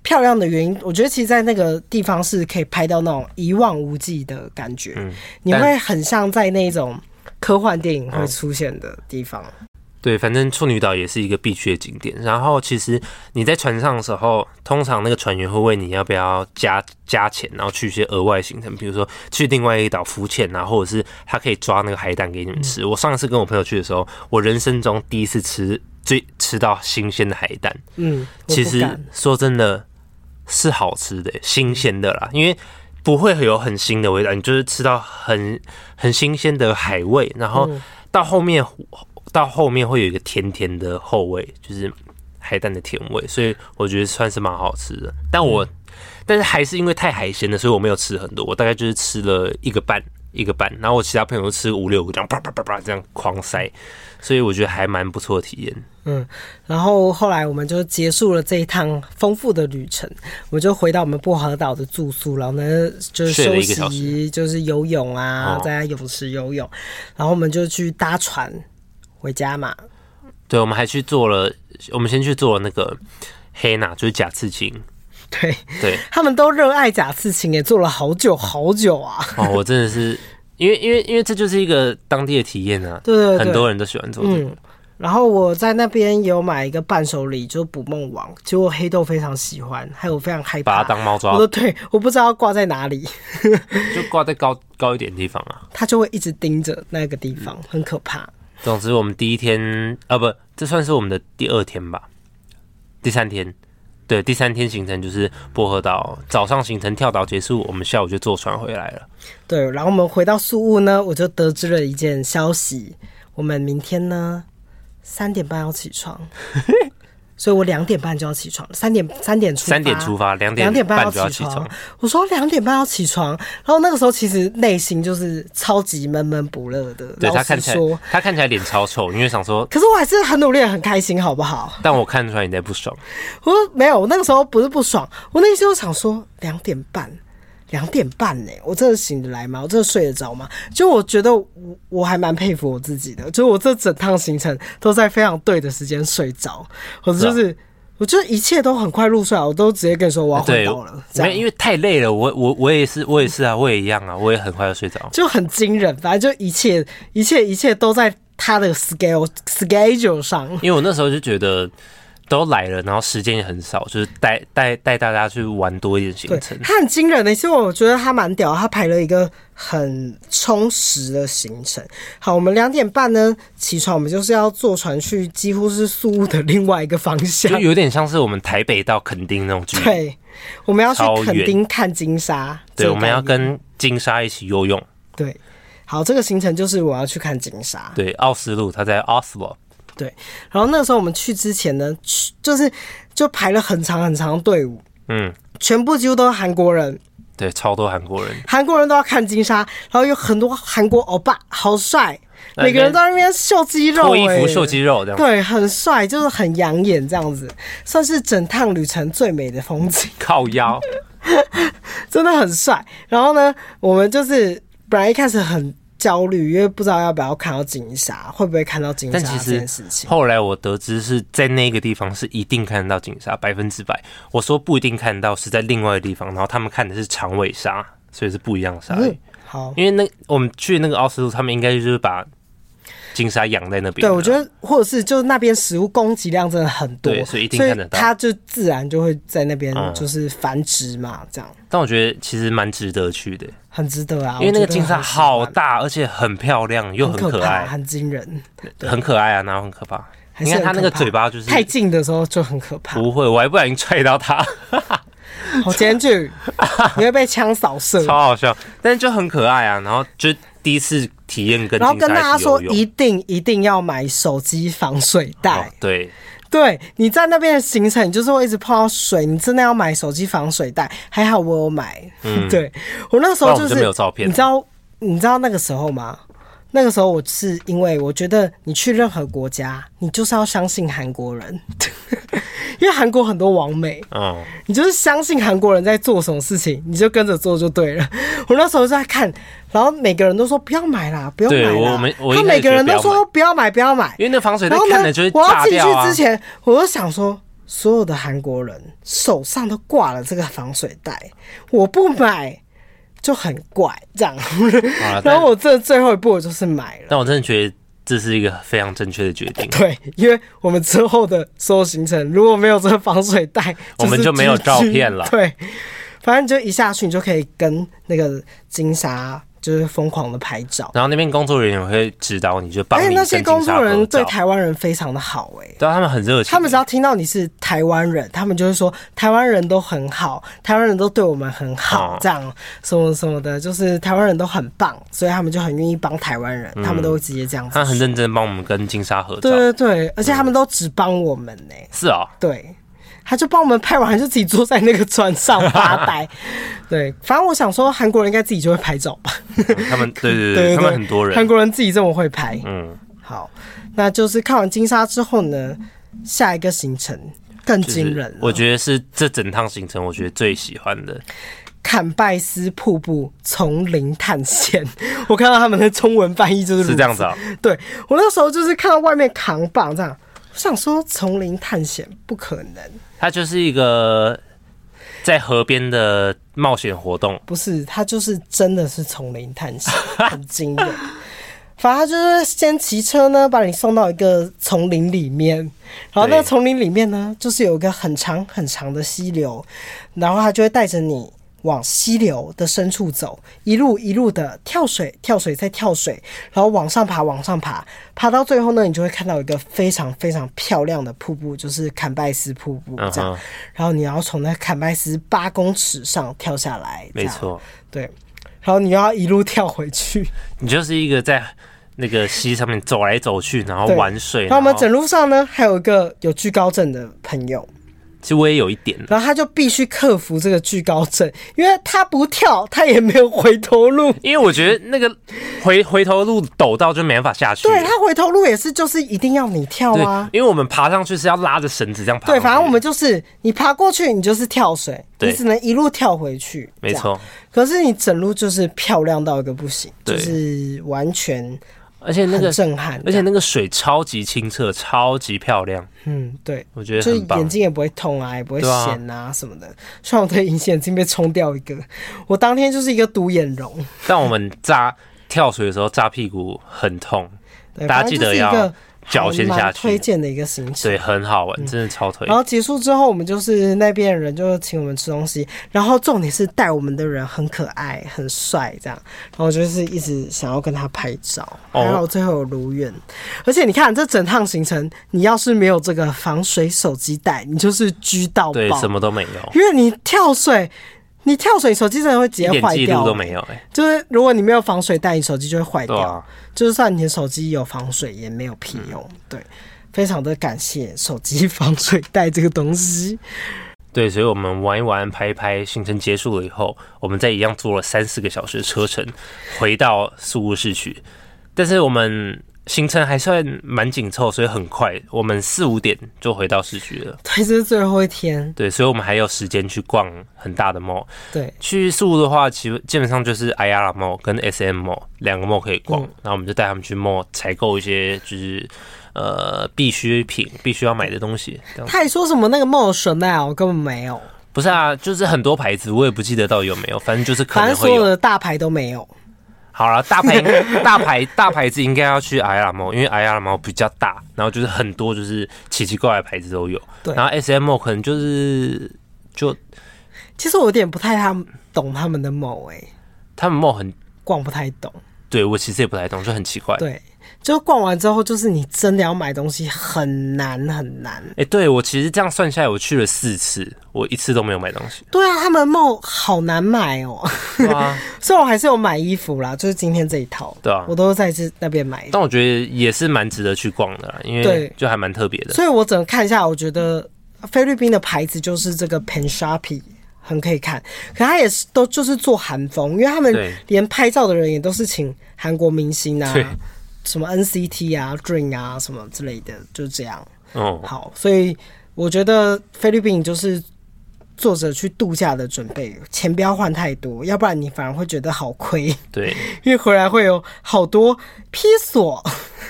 Speaker 1: 漂亮的原因，我觉得其实在那个地方是可以拍到那种一望无际的感觉，
Speaker 2: 嗯
Speaker 1: 你
Speaker 2: 但
Speaker 1: 会很像在那种科幻电影会出现的地方。
Speaker 2: 对，反正处女岛也是一个必去的景点。然后其实你在船上的时候，通常那个船员会问你要不要加加钱，然后去一些额外行程，比如说去另外一个岛浮潜啊，或者是他可以抓那个海胆给你们吃。我上一次跟我朋友去的时候，我人生中第一次吃最吃到新鲜的海胆，
Speaker 1: 嗯，我
Speaker 2: 其
Speaker 1: 不
Speaker 2: 实
Speaker 1: 敢
Speaker 2: 说真的是好吃的，新鲜的啦，因为不会有很腥的味道，你就是吃到很很新鲜的海味，然后
Speaker 1: 嗯
Speaker 2: 到后面、到后面会有一个甜甜的后味，就是海胆的甜味，所以我觉得算是蛮好吃的。但我、
Speaker 1: 嗯
Speaker 2: 但是还是因为太海鲜了，所以我没有吃很多，我大概就是吃了一个半。一个半，然后我其他朋友都吃五六个，这样啪啪啪啪这样狂塞，所以我觉得还蛮不错的体验。
Speaker 1: 嗯，然后后来我们就结束了这一趟丰富的旅程，我就回到我们薄荷岛的住宿，然后呢就是
Speaker 2: 睡了
Speaker 1: 休
Speaker 2: 一个小
Speaker 1: 息，就是游泳啊，
Speaker 2: 哦
Speaker 1: 在泳池游泳，然后我们就去搭船回家嘛。
Speaker 2: 对，我们还去做了，我们先去做了那个黑娜，就是假刺青。
Speaker 1: 对， <laughs>
Speaker 2: 对，
Speaker 1: 他们都热爱假刺青，也做了好久好久啊。
Speaker 2: 哦，我真的是，因为因为因为这就是一个当地的体验啊，
Speaker 1: 对对对，
Speaker 2: 很多人都喜欢做这个。
Speaker 1: 嗯。然后我在那边有买一个伴手礼，就是捕梦网，结果黑豆非常喜欢，还有我非常害
Speaker 2: 把
Speaker 1: 怕
Speaker 2: 它。当猫抓
Speaker 1: 我，都对，我不知道挂在哪里，
Speaker 2: 就挂在高高一点的地方啊。嗯
Speaker 1: 它就会一直盯着那个地方，很可怕。
Speaker 2: 总之，我们第一天啊，不，这算是我们的第二天吧，第三天。对，第三天行程就是薄荷岛，早上行程跳岛结束，我们下午就坐船回来了。
Speaker 1: 对，然后我们回到宿务呢，我就得知了一件消息，我们明天呢三点半要起
Speaker 2: <laughs>
Speaker 1: 床，所以我两点半就要起床，三点三点出
Speaker 2: 三点出发，两
Speaker 1: 两点
Speaker 2: 半
Speaker 1: 半
Speaker 2: 就要
Speaker 1: 要
Speaker 2: 起
Speaker 1: 起
Speaker 2: 床
Speaker 1: 床。。我说两点半要起床，然后那个时候其实内心就是超级闷闷不乐的。
Speaker 2: 对
Speaker 1: 老
Speaker 2: 他看
Speaker 1: 实
Speaker 2: 起来
Speaker 1: 说，，
Speaker 2: 他看起来脸超臭，因为想说，
Speaker 1: 可是我还是很努力，很开心，好不好？
Speaker 2: 但我看出来你在不爽。
Speaker 1: 我说没有，我那个时候不是不爽，我内心就想说两点半，两点半呢、我真的醒得来吗？我真的睡得着吗？就我觉得我我还蛮佩服我自己的，就我这整趟行程都在非常对的时间睡着，或者就是。我觉得一切都很快入睡啊，我都直接跟你说我要昏
Speaker 2: 对
Speaker 1: 倒了，，这样
Speaker 2: 没因为太累了，我我我也是，我也是啊，我也一样啊，我也很快就睡着。
Speaker 1: 就很惊人，反正就一切一切一切都在他的 scale schedule 上。
Speaker 2: 因为我那时候就觉得都来了，然后时间也很少，就是带带带大家去玩多一点行
Speaker 1: 对
Speaker 2: 程，。
Speaker 1: 他很惊人的、其实我觉得他蛮屌的，他排了一个很充实的行程。好，我们两点半呢起床，我们就是要坐船去，几乎是宿务的另外一个方向
Speaker 2: 就。有点像是我们台北到垦丁那种距
Speaker 1: <laughs>
Speaker 2: 离。
Speaker 1: 对，我们要去
Speaker 2: 超
Speaker 1: 垦
Speaker 2: 远
Speaker 1: 丁看金沙。这
Speaker 2: 对，
Speaker 1: 个
Speaker 2: 我们要
Speaker 1: 概念
Speaker 2: 跟金沙一起游泳。
Speaker 1: 对。好，这个行程就是我要去看金沙。
Speaker 2: 对，奥斯陆，他在 Oslo。
Speaker 1: 对，然后那时候我们去之前呢，去就是就排了很长很长的队伍，
Speaker 2: 嗯，
Speaker 1: 全部几乎都是韩国人，
Speaker 2: 对，超多韩国人。
Speaker 1: 韩国人都要看金沙，然后有很多韩国欧巴，好帅，
Speaker 2: 那边
Speaker 1: 每个人都在那边秀肌肉、
Speaker 2: 脱衣服
Speaker 1: 欸
Speaker 2: 秀肌肉这样，
Speaker 1: 对，很帅，就是很养眼这样子，算是整趟旅程最美的风景， <laughs>
Speaker 2: 靠腰。
Speaker 1: 真的很帅。然后呢，我们就是本来一开始很焦虑，因为不知道要不要看到金沙，会不会看到金沙
Speaker 2: 但其
Speaker 1: 这
Speaker 2: 实
Speaker 1: 件事情。
Speaker 2: 后来我得知是在那个地方是一定看得到金鲨，百分之百。我说不一定看到是在另外的地方，然后他们看的是长尾鲨，所以是不一样的鲨鱼。
Speaker 1: 嗯，好，
Speaker 2: 因为那我们去那个奥斯陆，他们应该就是把金鲨养在那边啊
Speaker 1: 对
Speaker 2: 了。
Speaker 1: 我觉得或者是就是那边食物供给量真的很多，
Speaker 2: 对所以一定看得到
Speaker 1: 它就自然就会在那边
Speaker 2: 嗯
Speaker 1: 就是繁殖嘛，这样。
Speaker 2: 但我觉得其实蛮值得去的，
Speaker 1: 很值得啊，
Speaker 2: 因为那个
Speaker 1: 我觉得
Speaker 2: 金鲨
Speaker 1: 很喜欢
Speaker 2: 好大，而且很漂亮，又
Speaker 1: 很
Speaker 2: 很可
Speaker 1: 怕，
Speaker 2: 爱，
Speaker 1: 很惊人。对
Speaker 2: 很可爱啊，然后很可怕。
Speaker 1: 还
Speaker 2: <laughs> 你
Speaker 1: 是
Speaker 2: 看
Speaker 1: 很
Speaker 2: 它那个
Speaker 1: 可怕
Speaker 2: 嘴巴就是
Speaker 1: 太近的时候就很可怕。
Speaker 2: 不会，我还不小心踹到它。
Speaker 1: 我今天去，你会被枪扫
Speaker 2: <laughs>
Speaker 1: 射。
Speaker 2: 超好笑，但是就很可爱啊。然后就第一次体验跟
Speaker 1: 然后
Speaker 2: 金
Speaker 1: 跟大
Speaker 2: 鲨
Speaker 1: 家
Speaker 2: 一起游
Speaker 1: 说，
Speaker 2: 泳，
Speaker 1: 一定一定要买手机防水袋
Speaker 2: 哦。对，
Speaker 1: 对，你在那边的行程，你就是会一直碰到水，你真的要买手机防水袋。还好我有买， <laughs> 对我那时候
Speaker 2: 嗯不然我们
Speaker 1: 是
Speaker 2: 就没有照片了
Speaker 1: 你知道你知道那个时候吗？那个时候我是因为我觉得你去任何国家，你就是要相信韩国人， <laughs> 因为韩国很多王美，
Speaker 2: 嗯，
Speaker 1: 你就是相信韩国人在做什么事情，你就跟着做就对了。我那时候就在看，然后每个人都说不要买啦，不要买
Speaker 2: 对
Speaker 1: 啦。
Speaker 2: 我我们我一
Speaker 1: 他
Speaker 2: 开始
Speaker 1: 每个人都
Speaker 2: 觉得
Speaker 1: 说不要买，不要买。
Speaker 2: 因为那防水袋
Speaker 1: 然后
Speaker 2: 看了就
Speaker 1: 呢
Speaker 2: 会，
Speaker 1: 我要
Speaker 2: 炸
Speaker 1: 进
Speaker 2: 掉
Speaker 1: 去
Speaker 2: 啊
Speaker 1: 之。前，我就想说，所有的韩国人手上都挂了这个防水袋，我不买就很怪这样 <laughs>
Speaker 2: 啦。
Speaker 1: 然后我这最后一步我就是买了。
Speaker 2: 但我真的觉得这是一个非常正确的决
Speaker 1: <laughs>
Speaker 2: 定，
Speaker 1: 对，因为我们之后的所有行程如果没有这个防水袋，
Speaker 2: 我们
Speaker 1: 是
Speaker 2: 就没有
Speaker 1: GG
Speaker 2: 照片了
Speaker 1: 对，反正你就一下去，你就可以跟那个金沙就是疯狂的拍照，
Speaker 2: 然后那边工作人员会指导你，就帮
Speaker 1: 而且哎
Speaker 2: 你
Speaker 1: 那
Speaker 2: 跟
Speaker 1: 些
Speaker 2: 金
Speaker 1: 工
Speaker 2: 鲨
Speaker 1: 作人
Speaker 2: 合
Speaker 1: 员对
Speaker 2: 照。
Speaker 1: 台湾人非常的好哎、
Speaker 2: 对啊，他们很热情，
Speaker 1: 他们只要听到你是台湾人，他们就会说台湾人都很好，台湾人都对我们很好
Speaker 2: 哦，
Speaker 1: 这样什么什么的，就是台湾人都很棒，所以他们就很愿意帮台湾人，他们都会直接这样子
Speaker 2: 嗯他很
Speaker 1: 说。
Speaker 2: 认真帮我们跟金鲨合照
Speaker 1: 对。对对，而且他们都只帮我们呢、<laughs>
Speaker 2: 是啊、
Speaker 1: 对，他就帮我们拍完，就自己坐在那个船上发
Speaker 2: <laughs>
Speaker 1: 呆。对，反正我想说，韩国人应该自己就会拍照吧。
Speaker 2: 他们对
Speaker 1: 对
Speaker 2: 对对，
Speaker 1: 对对，
Speaker 2: 他们很多
Speaker 1: 韩
Speaker 2: 人，
Speaker 1: 国人自己这么会拍。
Speaker 2: 嗯，
Speaker 1: 好，那就是看完金沙之后呢，下一个行程更
Speaker 2: 就
Speaker 1: 惊
Speaker 2: 是
Speaker 1: 人了啊
Speaker 2: 我觉得是这整趟行程我觉得最喜欢的，
Speaker 1: 坎拜斯瀑布丛林探险。 <laughs> 我看到他们的中文翻译就是
Speaker 2: 是
Speaker 1: 如
Speaker 2: 这样
Speaker 1: 此
Speaker 2: 子啊、
Speaker 1: 对我那时候就是看到外面扛棒这样，我想说丛林探险不可能。
Speaker 2: 它就是一个在河边的冒险活动，
Speaker 1: 不是，他就是真的是丛林探险， <laughs> 很惊人。反正他就是先骑车呢，把你送到一个丛林里面，然后那
Speaker 2: 对
Speaker 1: 个丛林里面呢，就是有一个很长很长的溪流，然后他就会带着你。往溪流的深处走，一路一路的跳水，跳水再跳水，然后往上爬，往上爬，爬到最后呢，你就会看到一个非常非常漂亮的瀑布，就是坎拜斯瀑布这样。
Speaker 2: 嗯哼
Speaker 1: 然后你要从那坎拜斯八公尺上跳下来，这
Speaker 2: 没
Speaker 1: 样，
Speaker 2: 错，
Speaker 1: 对。然后你要一路跳回去，
Speaker 2: 你就是一个在那个溪上面走来走去，然后
Speaker 1: 对
Speaker 2: 玩水。
Speaker 1: 然后我们
Speaker 2: 然后
Speaker 1: 整路上呢，还有一个有惧高症的朋友，
Speaker 2: 其实我也有一点，
Speaker 1: 然后他就必须克服这个惧高症，因为他不跳，他也没有回头路。
Speaker 2: 因为我觉得那个回回头路陡到就没办法下去。
Speaker 1: 对他回头路也是，就是一定要你跳
Speaker 2: 对
Speaker 1: 啊。
Speaker 2: 因为我们爬上去是要拉着绳子这样爬上去。
Speaker 1: 对，反正我们就是你爬过去，你就是跳水，
Speaker 2: 对
Speaker 1: 你只能一路跳回去。
Speaker 2: 没
Speaker 1: 这样。
Speaker 2: 错，
Speaker 1: 可是你整路就是漂亮到一个不行，
Speaker 2: 对
Speaker 1: 就是完全
Speaker 2: 而且那
Speaker 1: 很
Speaker 2: 个
Speaker 1: 震撼。
Speaker 2: 而且那个水超级清澈，超级漂亮，
Speaker 1: 嗯，对，
Speaker 2: 我觉得
Speaker 1: 就是
Speaker 2: 很棒
Speaker 1: 眼。睛也不会痛啊，也不会
Speaker 2: 对啊
Speaker 1: 咸啊什么的。虽然我的隐形眼镜被冲掉一个，我当天就是一个独眼龙。
Speaker 2: 但我们扎跳水的时候扎屁股很痛，
Speaker 1: 对
Speaker 2: 大家
Speaker 1: 反正
Speaker 2: 记
Speaker 1: 就
Speaker 2: 得
Speaker 1: 是一
Speaker 2: 要
Speaker 1: 个
Speaker 2: 脚先
Speaker 1: 还蛮
Speaker 2: 下去
Speaker 1: 推荐的一个行程。
Speaker 2: 所以很好玩，真的超推
Speaker 1: 嗯然。后结束之后，我们就是那边的人就请我们吃东西，然后重点是带我们的人很可爱、很帅这样，然后就是一直想要跟他拍照，
Speaker 2: 哦
Speaker 1: 还好最后有如愿。而且你看这整趟行程，你要是没有这个防水手机带，你就是狙到
Speaker 2: 对，
Speaker 1: 爆
Speaker 2: 什，么都没有，
Speaker 1: 因为你跳水，你跳水手机真的会直
Speaker 2: 一
Speaker 1: 接
Speaker 2: 点
Speaker 1: 坏
Speaker 2: 记
Speaker 1: 掉
Speaker 2: 录
Speaker 1: 欸，
Speaker 2: 都没有，哎，
Speaker 1: 就是如果你没有防水袋，你手机就会坏掉。
Speaker 2: 对啊嗯
Speaker 1: 就算你的手机有防水，也没有屁用。对，非常的感谢手机防水袋这个东西。 <laughs>
Speaker 2: 对，所以我们玩一玩，拍一拍，行程结束了以后，我们再一样坐了三四个小时的车程，回到宿务市区。但是我们行程还算蛮紧凑，所以很快，我们四五点就回到市区了。
Speaker 1: 对，这是最后一天。
Speaker 2: 对，所以我们还有时间去逛很大的 mall。
Speaker 1: 对，
Speaker 2: 去宿务的话，其实基本上就是 i r mall 跟 SM mall 两个 mall 可以逛，
Speaker 1: 嗯
Speaker 2: 然后我们就带他们去 mall 采购一些就是呃必需品，必须要买的东西。这样
Speaker 1: 他还说什么那个梦 Chanel 根本没有，
Speaker 2: 不是啊，就是很多牌子，我也不记得到底有没有，反正就是可
Speaker 1: 反
Speaker 2: 能
Speaker 1: 正所
Speaker 2: 会
Speaker 1: 有
Speaker 2: 有。
Speaker 1: 的大牌都没有。
Speaker 2: 好了，大牌 <laughs> 大牌大牌子应该要去 i r mall，因为 i r mall 比较大，然后就是很多就是奇奇怪怪的牌子都有。
Speaker 1: 对
Speaker 2: 然后 SM mall 可能就是就
Speaker 1: 其实我有点不太他们懂他们的梦，哎，
Speaker 2: 他们 mall 很。
Speaker 1: 逛不太懂。
Speaker 2: 对，我其实也不太懂，就很奇怪。
Speaker 1: 对，就逛完之后，就是你真的要买东西很难很难。。
Speaker 2: 哎、对我其实这样算下来，我去了四次，我一次都没有买东西
Speaker 1: 对啊，他们梦好难买哦、 <laughs>
Speaker 2: 哇，
Speaker 1: 虽然我还是有买衣服啦，就是今天这一套，
Speaker 2: 对啊
Speaker 1: 我都在这那边买的，
Speaker 2: 但我觉得也是蛮值得去逛的啦，因为
Speaker 1: 对
Speaker 2: 就还蛮特别的。
Speaker 1: 所以我整个看一下，我觉得菲律宾的牌子就是这个 Pen Sharpie。很可以看，可它也是都就是做韩风，因为他们
Speaker 2: 对
Speaker 1: 连拍照的人也都是请韩国明星啊
Speaker 2: 对，
Speaker 1: 什么 NCT 啊、Dream 啊什么之类的，就这样。
Speaker 2: 哦、
Speaker 1: 好，所以我觉得菲律宾就是作者去度假的准备，钱不要换太多，要不然你反而会觉得好亏。
Speaker 2: 对，
Speaker 1: 因为回来会有好多披索。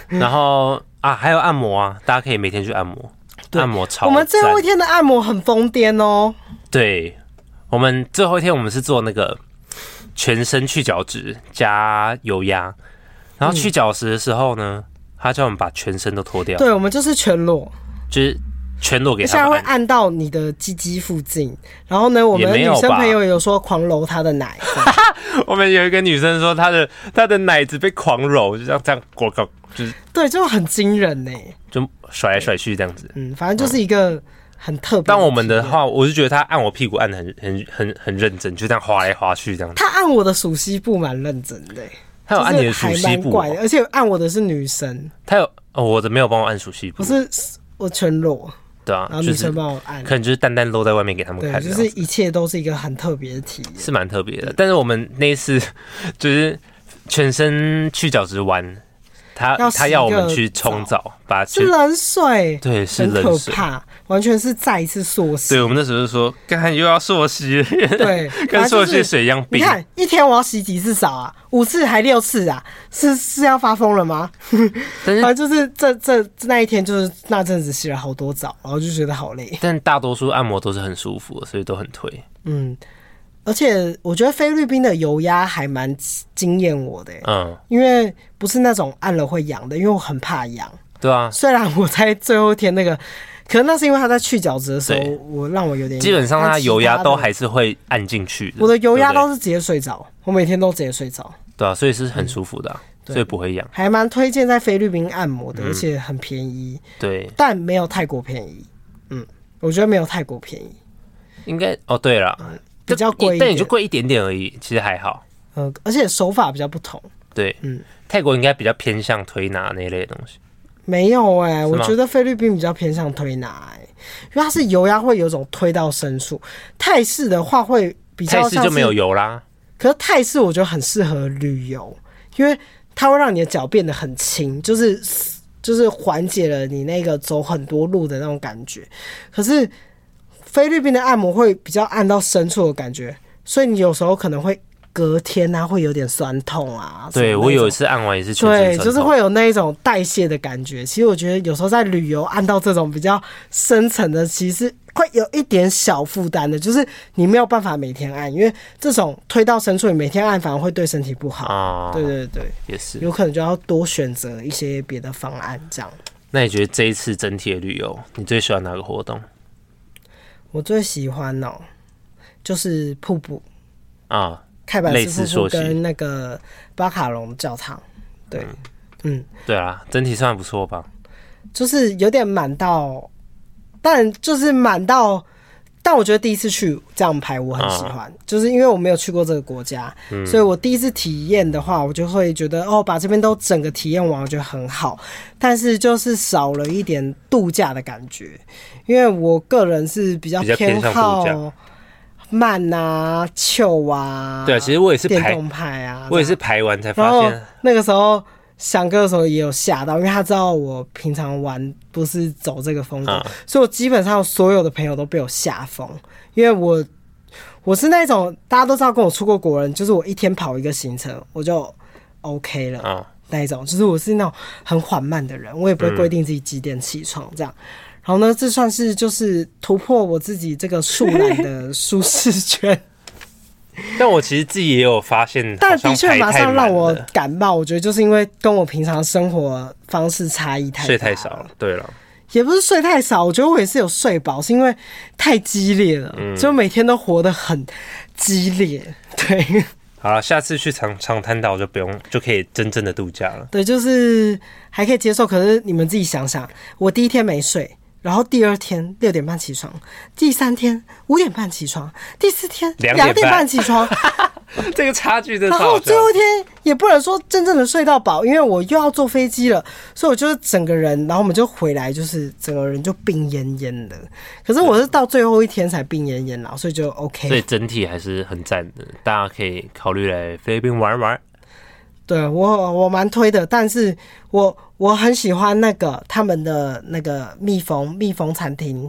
Speaker 2: 然后啊，还有按摩啊，大家可以每天去按摩，按摩超
Speaker 1: 我们最后一
Speaker 2: 赞
Speaker 1: 天的按摩很疯癫哦，
Speaker 2: 对，我们最后一天我们是做那个全身去角质加油压，然后去角质的时候呢，他叫我们把全身都脱掉，
Speaker 1: 嗯对，我们就是全裸，
Speaker 2: 就是全裸给
Speaker 1: 现在
Speaker 2: 他
Speaker 1: 会
Speaker 2: 们按。
Speaker 1: 按到你的鸡鸡附近。然后呢，我们
Speaker 2: 也
Speaker 1: 的
Speaker 2: 没有
Speaker 1: 女
Speaker 2: 吧
Speaker 1: 生朋友也有说狂揉她的奶， <laughs>
Speaker 2: 我们有一个女生说她的她的奶子被狂揉，就这样这样咕咕，就是
Speaker 1: 对，就很惊人呢、
Speaker 2: 就甩来甩去这样子。
Speaker 1: 嗯，反正就是一个很特别体验。
Speaker 2: 嗯但我们的话，我就觉得他按我屁股按的很很很很认真，就这样滑来滑去这样子。
Speaker 1: 他按我的属膝部蛮认真的、欸，
Speaker 2: 他有按你的
Speaker 1: 就是
Speaker 2: 熟
Speaker 1: 还
Speaker 2: 悉
Speaker 1: 蛮
Speaker 2: 部
Speaker 1: 怪的，
Speaker 2: 哦，
Speaker 1: 而且按我的是女生，
Speaker 2: 他有哦，我的没有帮我按熟悉部
Speaker 1: 不，是我全裸，
Speaker 2: 对啊
Speaker 1: 然后，
Speaker 2: 就
Speaker 1: 女
Speaker 2: 是
Speaker 1: 生帮我按
Speaker 2: 可，能就是单单露在外面给他们
Speaker 1: 对，
Speaker 2: 看这
Speaker 1: 就
Speaker 2: 样子，
Speaker 1: 是一切都是一个很特别的体验。
Speaker 2: 是蛮特别的。但是我们那一次 <laughs> 就是全身去角质完，他
Speaker 1: 要洗
Speaker 2: 他要我们
Speaker 1: 个
Speaker 2: 去冲澡，把
Speaker 1: 是
Speaker 2: 全
Speaker 1: 冷水，
Speaker 2: 对是
Speaker 1: 很
Speaker 2: 冷
Speaker 1: 可
Speaker 2: 水。
Speaker 1: 怕，完全是再一次缩
Speaker 2: 对，
Speaker 1: 水。
Speaker 2: 我们那时候就说，干又要溯溪，
Speaker 1: 对，
Speaker 2: <laughs> 跟
Speaker 1: 反正
Speaker 2: 溯
Speaker 1: 就
Speaker 2: 溪
Speaker 1: 是
Speaker 2: 水一样
Speaker 1: 你
Speaker 2: 冰。
Speaker 1: 看一天我要洗几次澡啊？五次还六次啊？是是要发疯了吗？
Speaker 2: 但是
Speaker 1: 反正就是这这那一天就是那阵子洗了好多澡，然后就觉得好累。
Speaker 2: 但大多数按摩都是很舒服的，所以都很推。
Speaker 1: 嗯，而且我觉得菲律宾的油压还蛮惊艳我的欸、
Speaker 2: 嗯，
Speaker 1: 因为不是那种按了会痒的，因为我很怕痒。
Speaker 2: 对啊，
Speaker 1: 虽然我在最后一天那个可能那是因为他在去角质的时候
Speaker 2: 对，
Speaker 1: 我让我有点
Speaker 2: 基本上它
Speaker 1: 但其
Speaker 2: 油压
Speaker 1: 的
Speaker 2: 都还是会按进去的。
Speaker 1: 我的油压
Speaker 2: 对不
Speaker 1: 都是直接睡着，我每天都直接睡着，
Speaker 2: 对对啊，所以是很舒服的啊、
Speaker 1: 嗯对
Speaker 2: 所以不会痒。
Speaker 1: 还蛮推荐在菲律宾按摩
Speaker 2: 嗯
Speaker 1: 的，而且很便宜，
Speaker 2: 对，
Speaker 1: 但没有泰国便宜。嗯，我觉得没有泰国便宜，
Speaker 2: 应该哦，对了，
Speaker 1: 嗯比较
Speaker 2: 就
Speaker 1: 贵一
Speaker 2: 但也就
Speaker 1: 点。
Speaker 2: 贵一点点而已，其实还好。
Speaker 1: 呃，而且手法比较不同。
Speaker 2: 对，
Speaker 1: 嗯
Speaker 2: 泰国应该比较偏向推拿那一类的东西。
Speaker 1: 没有哎、
Speaker 2: 吗
Speaker 1: 我觉得菲律宾比较偏向推拿、欸，因为它是油压会有种推到深处，泰式的话会比较
Speaker 2: 泰
Speaker 1: 像
Speaker 2: 式就没有油啦，
Speaker 1: 可是泰式我觉得很适合旅游，因为它会让你的脚变得很轻，就是就是缓解了你那个走很多路的那种感觉。可是菲律宾的按摩会比较按到深处的感觉，所以你有时候可能会隔天啊会有点酸痛啊。什么那
Speaker 2: 对
Speaker 1: 种
Speaker 2: 我有一次按完也是全身
Speaker 1: 对，
Speaker 2: 酸
Speaker 1: 就是
Speaker 2: 痛
Speaker 1: 会有那一种代谢的感觉。其实我觉得有时候在旅游按到这种比较深层的，其实会有一点小负担的，就是你没有办法每天按，因为这种推到深处，你每天按反而会对身体不好。
Speaker 2: 啊，
Speaker 1: 对对对，
Speaker 2: 也是。
Speaker 1: 有可能就要多选择一些别的方案。这样，
Speaker 2: 那你觉得这一次整体的旅游，你最喜欢哪个活动
Speaker 1: 我最喜欢哦、就是瀑布
Speaker 2: 啊？
Speaker 1: 开板
Speaker 2: 类
Speaker 1: 式
Speaker 2: 似
Speaker 1: 瀑布
Speaker 2: 溯溪
Speaker 1: 跟那个巴卡隆教堂。对，嗯
Speaker 2: 对啊，整体算不错吧？
Speaker 1: 就是有点满到，但就是满到，但我觉得第一次去这样排我很喜
Speaker 2: 啊
Speaker 1: 欢，就是因为我没有去过这个国家，
Speaker 2: 嗯
Speaker 1: 所以我第一次体验的话，我就会觉得哦，把这边都整个体验完，我觉得很好，但是就是少了一点度假的感觉，因为我个人是比较
Speaker 2: 比较偏向度假
Speaker 1: 好慢啊、糗啊，
Speaker 2: 对啊，其实我也是
Speaker 1: 电
Speaker 2: 排，
Speaker 1: 动派啊，
Speaker 2: 我也是排完才
Speaker 1: 然
Speaker 2: 发
Speaker 1: 后
Speaker 2: 现，
Speaker 1: 那个时候翔哥的时候也有吓到，因为他知道我平常玩不是走这个风格，
Speaker 2: 嗯
Speaker 1: 所以我基本上所有的朋友都被我吓疯，因为我我是那种大家都知道跟我出过国人，就是我一天跑一个行程我就 OK 了。
Speaker 2: 啊，
Speaker 1: 那一种，就是我是那种很缓慢的人，我也不
Speaker 2: 嗯
Speaker 1: 会规定自己几点起床这样。然后呢，这算是就是突破我自己这个树懒的舒适圈，
Speaker 2: 但我其实自己也有发现，
Speaker 1: 但
Speaker 2: 好
Speaker 1: 的
Speaker 2: 像
Speaker 1: 确
Speaker 2: 排
Speaker 1: 马
Speaker 2: 太
Speaker 1: 上
Speaker 2: 满
Speaker 1: 让我
Speaker 2: 了
Speaker 1: 感冒。我觉得就是因为跟我平常生活方式差异太大
Speaker 2: 睡太少了，。对了，
Speaker 1: 也不是睡太少，我觉得我也是有睡饱，是因为太激烈了，
Speaker 2: 嗯
Speaker 1: 就每天都活得很激烈。 <laughs> 对
Speaker 2: 好了，下次去长长滩岛就不用，就可以真正的度假了。
Speaker 1: 对，就是还可以接受。可是你们自己想想，我第一天没睡。然后第二天六点半起床，第三天五点半起床，第四天
Speaker 2: 2
Speaker 1: 两
Speaker 2: 点
Speaker 1: 点
Speaker 2: 半
Speaker 1: 半起床，
Speaker 2: <laughs> 这个差距真的
Speaker 1: 然
Speaker 2: 超
Speaker 1: 后
Speaker 2: 好笑
Speaker 1: 最。后一天也不能说真正的睡到饱，因为我又要坐飞机了，所以我就是整个人，然后我们就回来，就是整个人就病恹恹的。可是我是到最后一天才病恹恹啦，所以就
Speaker 2: 所以
Speaker 1: OK。
Speaker 2: 整体还是很赞的，大家可以考虑来菲律宾玩玩。
Speaker 1: 对我我蛮推的，但是我我很喜欢那个他们的那个蜜蜂蜜蜂餐厅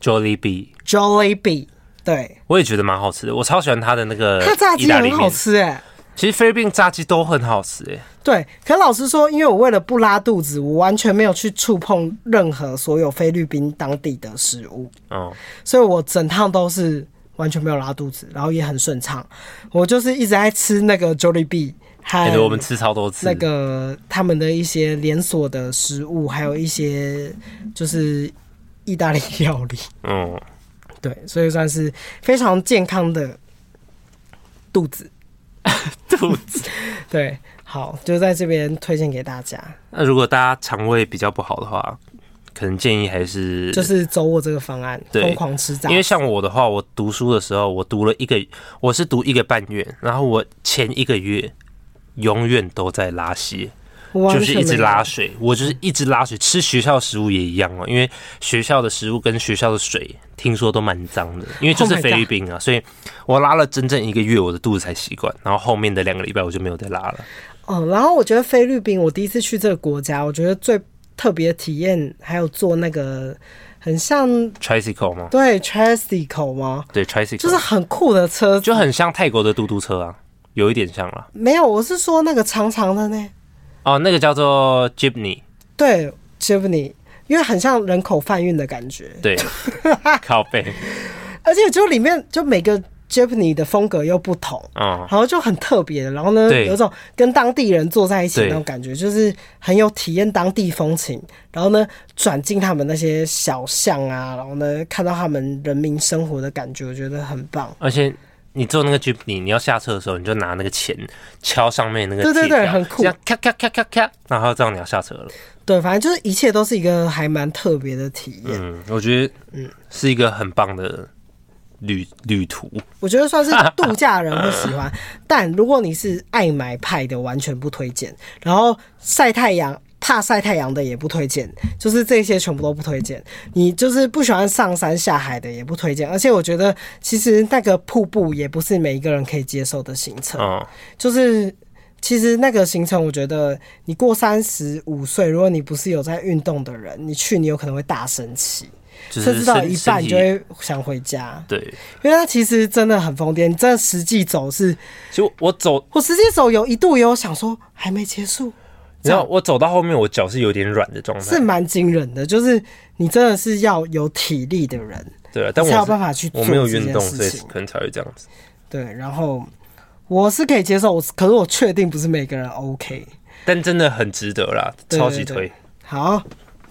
Speaker 2: Jollibee，
Speaker 1: Jollibee，对，
Speaker 2: 我也觉得蛮好吃的，我超喜欢它的那个
Speaker 1: 它炸
Speaker 2: 意
Speaker 1: 鸡
Speaker 2: 大利
Speaker 1: 很
Speaker 2: 面。
Speaker 1: 好吃哎、
Speaker 2: 其实菲律宾炸鸡都很好吃、欸，
Speaker 1: 对，可老实说，因为我为了不拉肚子，我完全没有去触碰任何所有菲律宾当地的食物。
Speaker 2: 哦，
Speaker 1: 所以我整趟都是完全没有拉肚子，然后也很顺畅。我就是一直在吃那个 Jollibee
Speaker 2: 哎、
Speaker 1: 和
Speaker 2: 对我们吃超多次。
Speaker 1: 那个他们的一些连锁的食物，还有一些就是意大利料理。
Speaker 2: 嗯， <laughs>
Speaker 1: 对，所以算是非常健康的肚子。
Speaker 2: 肚子。
Speaker 1: 对，好，就在这边推荐给大家，
Speaker 2: 那如果大家肠胃比较不好的话，可能建议还是
Speaker 1: 就是走我这个方案，
Speaker 2: 对
Speaker 1: 疯狂吃炸
Speaker 2: 因为像我的话，我读书的时候，我读了一个，我是读一个半月，然后我前一个月永远都在拉稀，
Speaker 1: 我
Speaker 2: 就是一直拉
Speaker 1: 拉。
Speaker 2: 水，我就是一直拉水。吃学校食物也一样哦，因为学校的食物跟学校的水听说都蛮脏的，因为就是
Speaker 1: Oh my
Speaker 2: 菲律宾啊，所以我拉了整整一个月，我的肚子才习惯，然后后面的两个礼拜我就没有再拉了。
Speaker 1: 哦，然后我觉得菲律宾，我第一次去这个国家，我觉得最特别的体验，还有做那个很像
Speaker 2: Tricycle 吗？
Speaker 1: 对 tricycle 吗？
Speaker 2: 对，Tricycle
Speaker 1: 就是很酷的车子，
Speaker 2: 就很像泰国的嘟嘟车啊，有一点像啦。
Speaker 1: 没有，我是说那个长长的呢，
Speaker 2: 哦，那个叫做 Jeepney，
Speaker 1: 对 j e v n y 因为很像 <laughs> 人口贩运的感觉，
Speaker 2: 对，靠背，
Speaker 1: 而且就里面就每个 Japanese 的风格又不同，
Speaker 2: 啊、
Speaker 1: 然后就很特别的。然后呢，
Speaker 2: 对
Speaker 1: 有种跟当地人坐在一起
Speaker 2: 对
Speaker 1: 那种感觉，就是很有体验当地风情。然后呢，转进他们那些小巷啊，然后呢，看到他们人民生活的感觉，我觉得很棒。
Speaker 2: 而且你坐那个 jeep，你你要下车的时候，你就拿那个钱敲上面那个
Speaker 1: 对对
Speaker 2: 铁条
Speaker 1: 对很酷
Speaker 2: 这样咔咔咔咔咔，然后这样你要下车了。
Speaker 1: 对，反正就是一切都是一个还蛮特别的体验。
Speaker 2: 嗯，我觉得是一个很棒的旅旅途。
Speaker 1: 我觉得算
Speaker 2: <laughs>
Speaker 1: 是度假人会喜欢，但如果你是爱买派的，完全不推荐。然后晒太阳、怕晒太阳的也不推荐，就是这些全部都不推荐。你就是不喜欢上山下海的也不推荐，而且我觉得其实那个瀑布也不是每一个人可以接受的行程，
Speaker 2: 嗯，
Speaker 1: 就是。其实那个行程，我觉得你过三十五岁，如果你不是有在运动的人，你去你有可能会大生气，
Speaker 2: 就
Speaker 1: 甚
Speaker 2: 是
Speaker 1: 至到
Speaker 2: 身
Speaker 1: 一
Speaker 2: 身
Speaker 1: 半
Speaker 2: 体
Speaker 1: 你就会想回家。
Speaker 2: 对。
Speaker 1: 因为它其实真的很疯癫，你真的实际走是，
Speaker 2: 其实我我走，
Speaker 1: 我实际走有一度也有想说还没结束，
Speaker 2: 你知道我走到后面，我脚是有点软的状态
Speaker 1: 是。蛮惊人的，就是你真的是要有体力的人
Speaker 2: 对啊，但我
Speaker 1: 才有
Speaker 2: 是
Speaker 1: 办法去做
Speaker 2: 我没有
Speaker 1: 这
Speaker 2: 运
Speaker 1: 件
Speaker 2: 动，所
Speaker 1: 事
Speaker 2: 以
Speaker 1: 情。
Speaker 2: 可能才会这样子。
Speaker 1: 对，然后我是可以接受，我可是我确定不是每个人 OK。
Speaker 2: 但真的很值得啦，
Speaker 1: 对
Speaker 2: 超级
Speaker 1: 对
Speaker 2: 推。
Speaker 1: 好，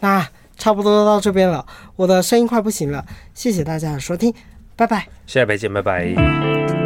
Speaker 1: 那差不多到这边了，我的声音快不行了，谢谢大家的收听，拜拜。
Speaker 2: 下一拜见，拜拜。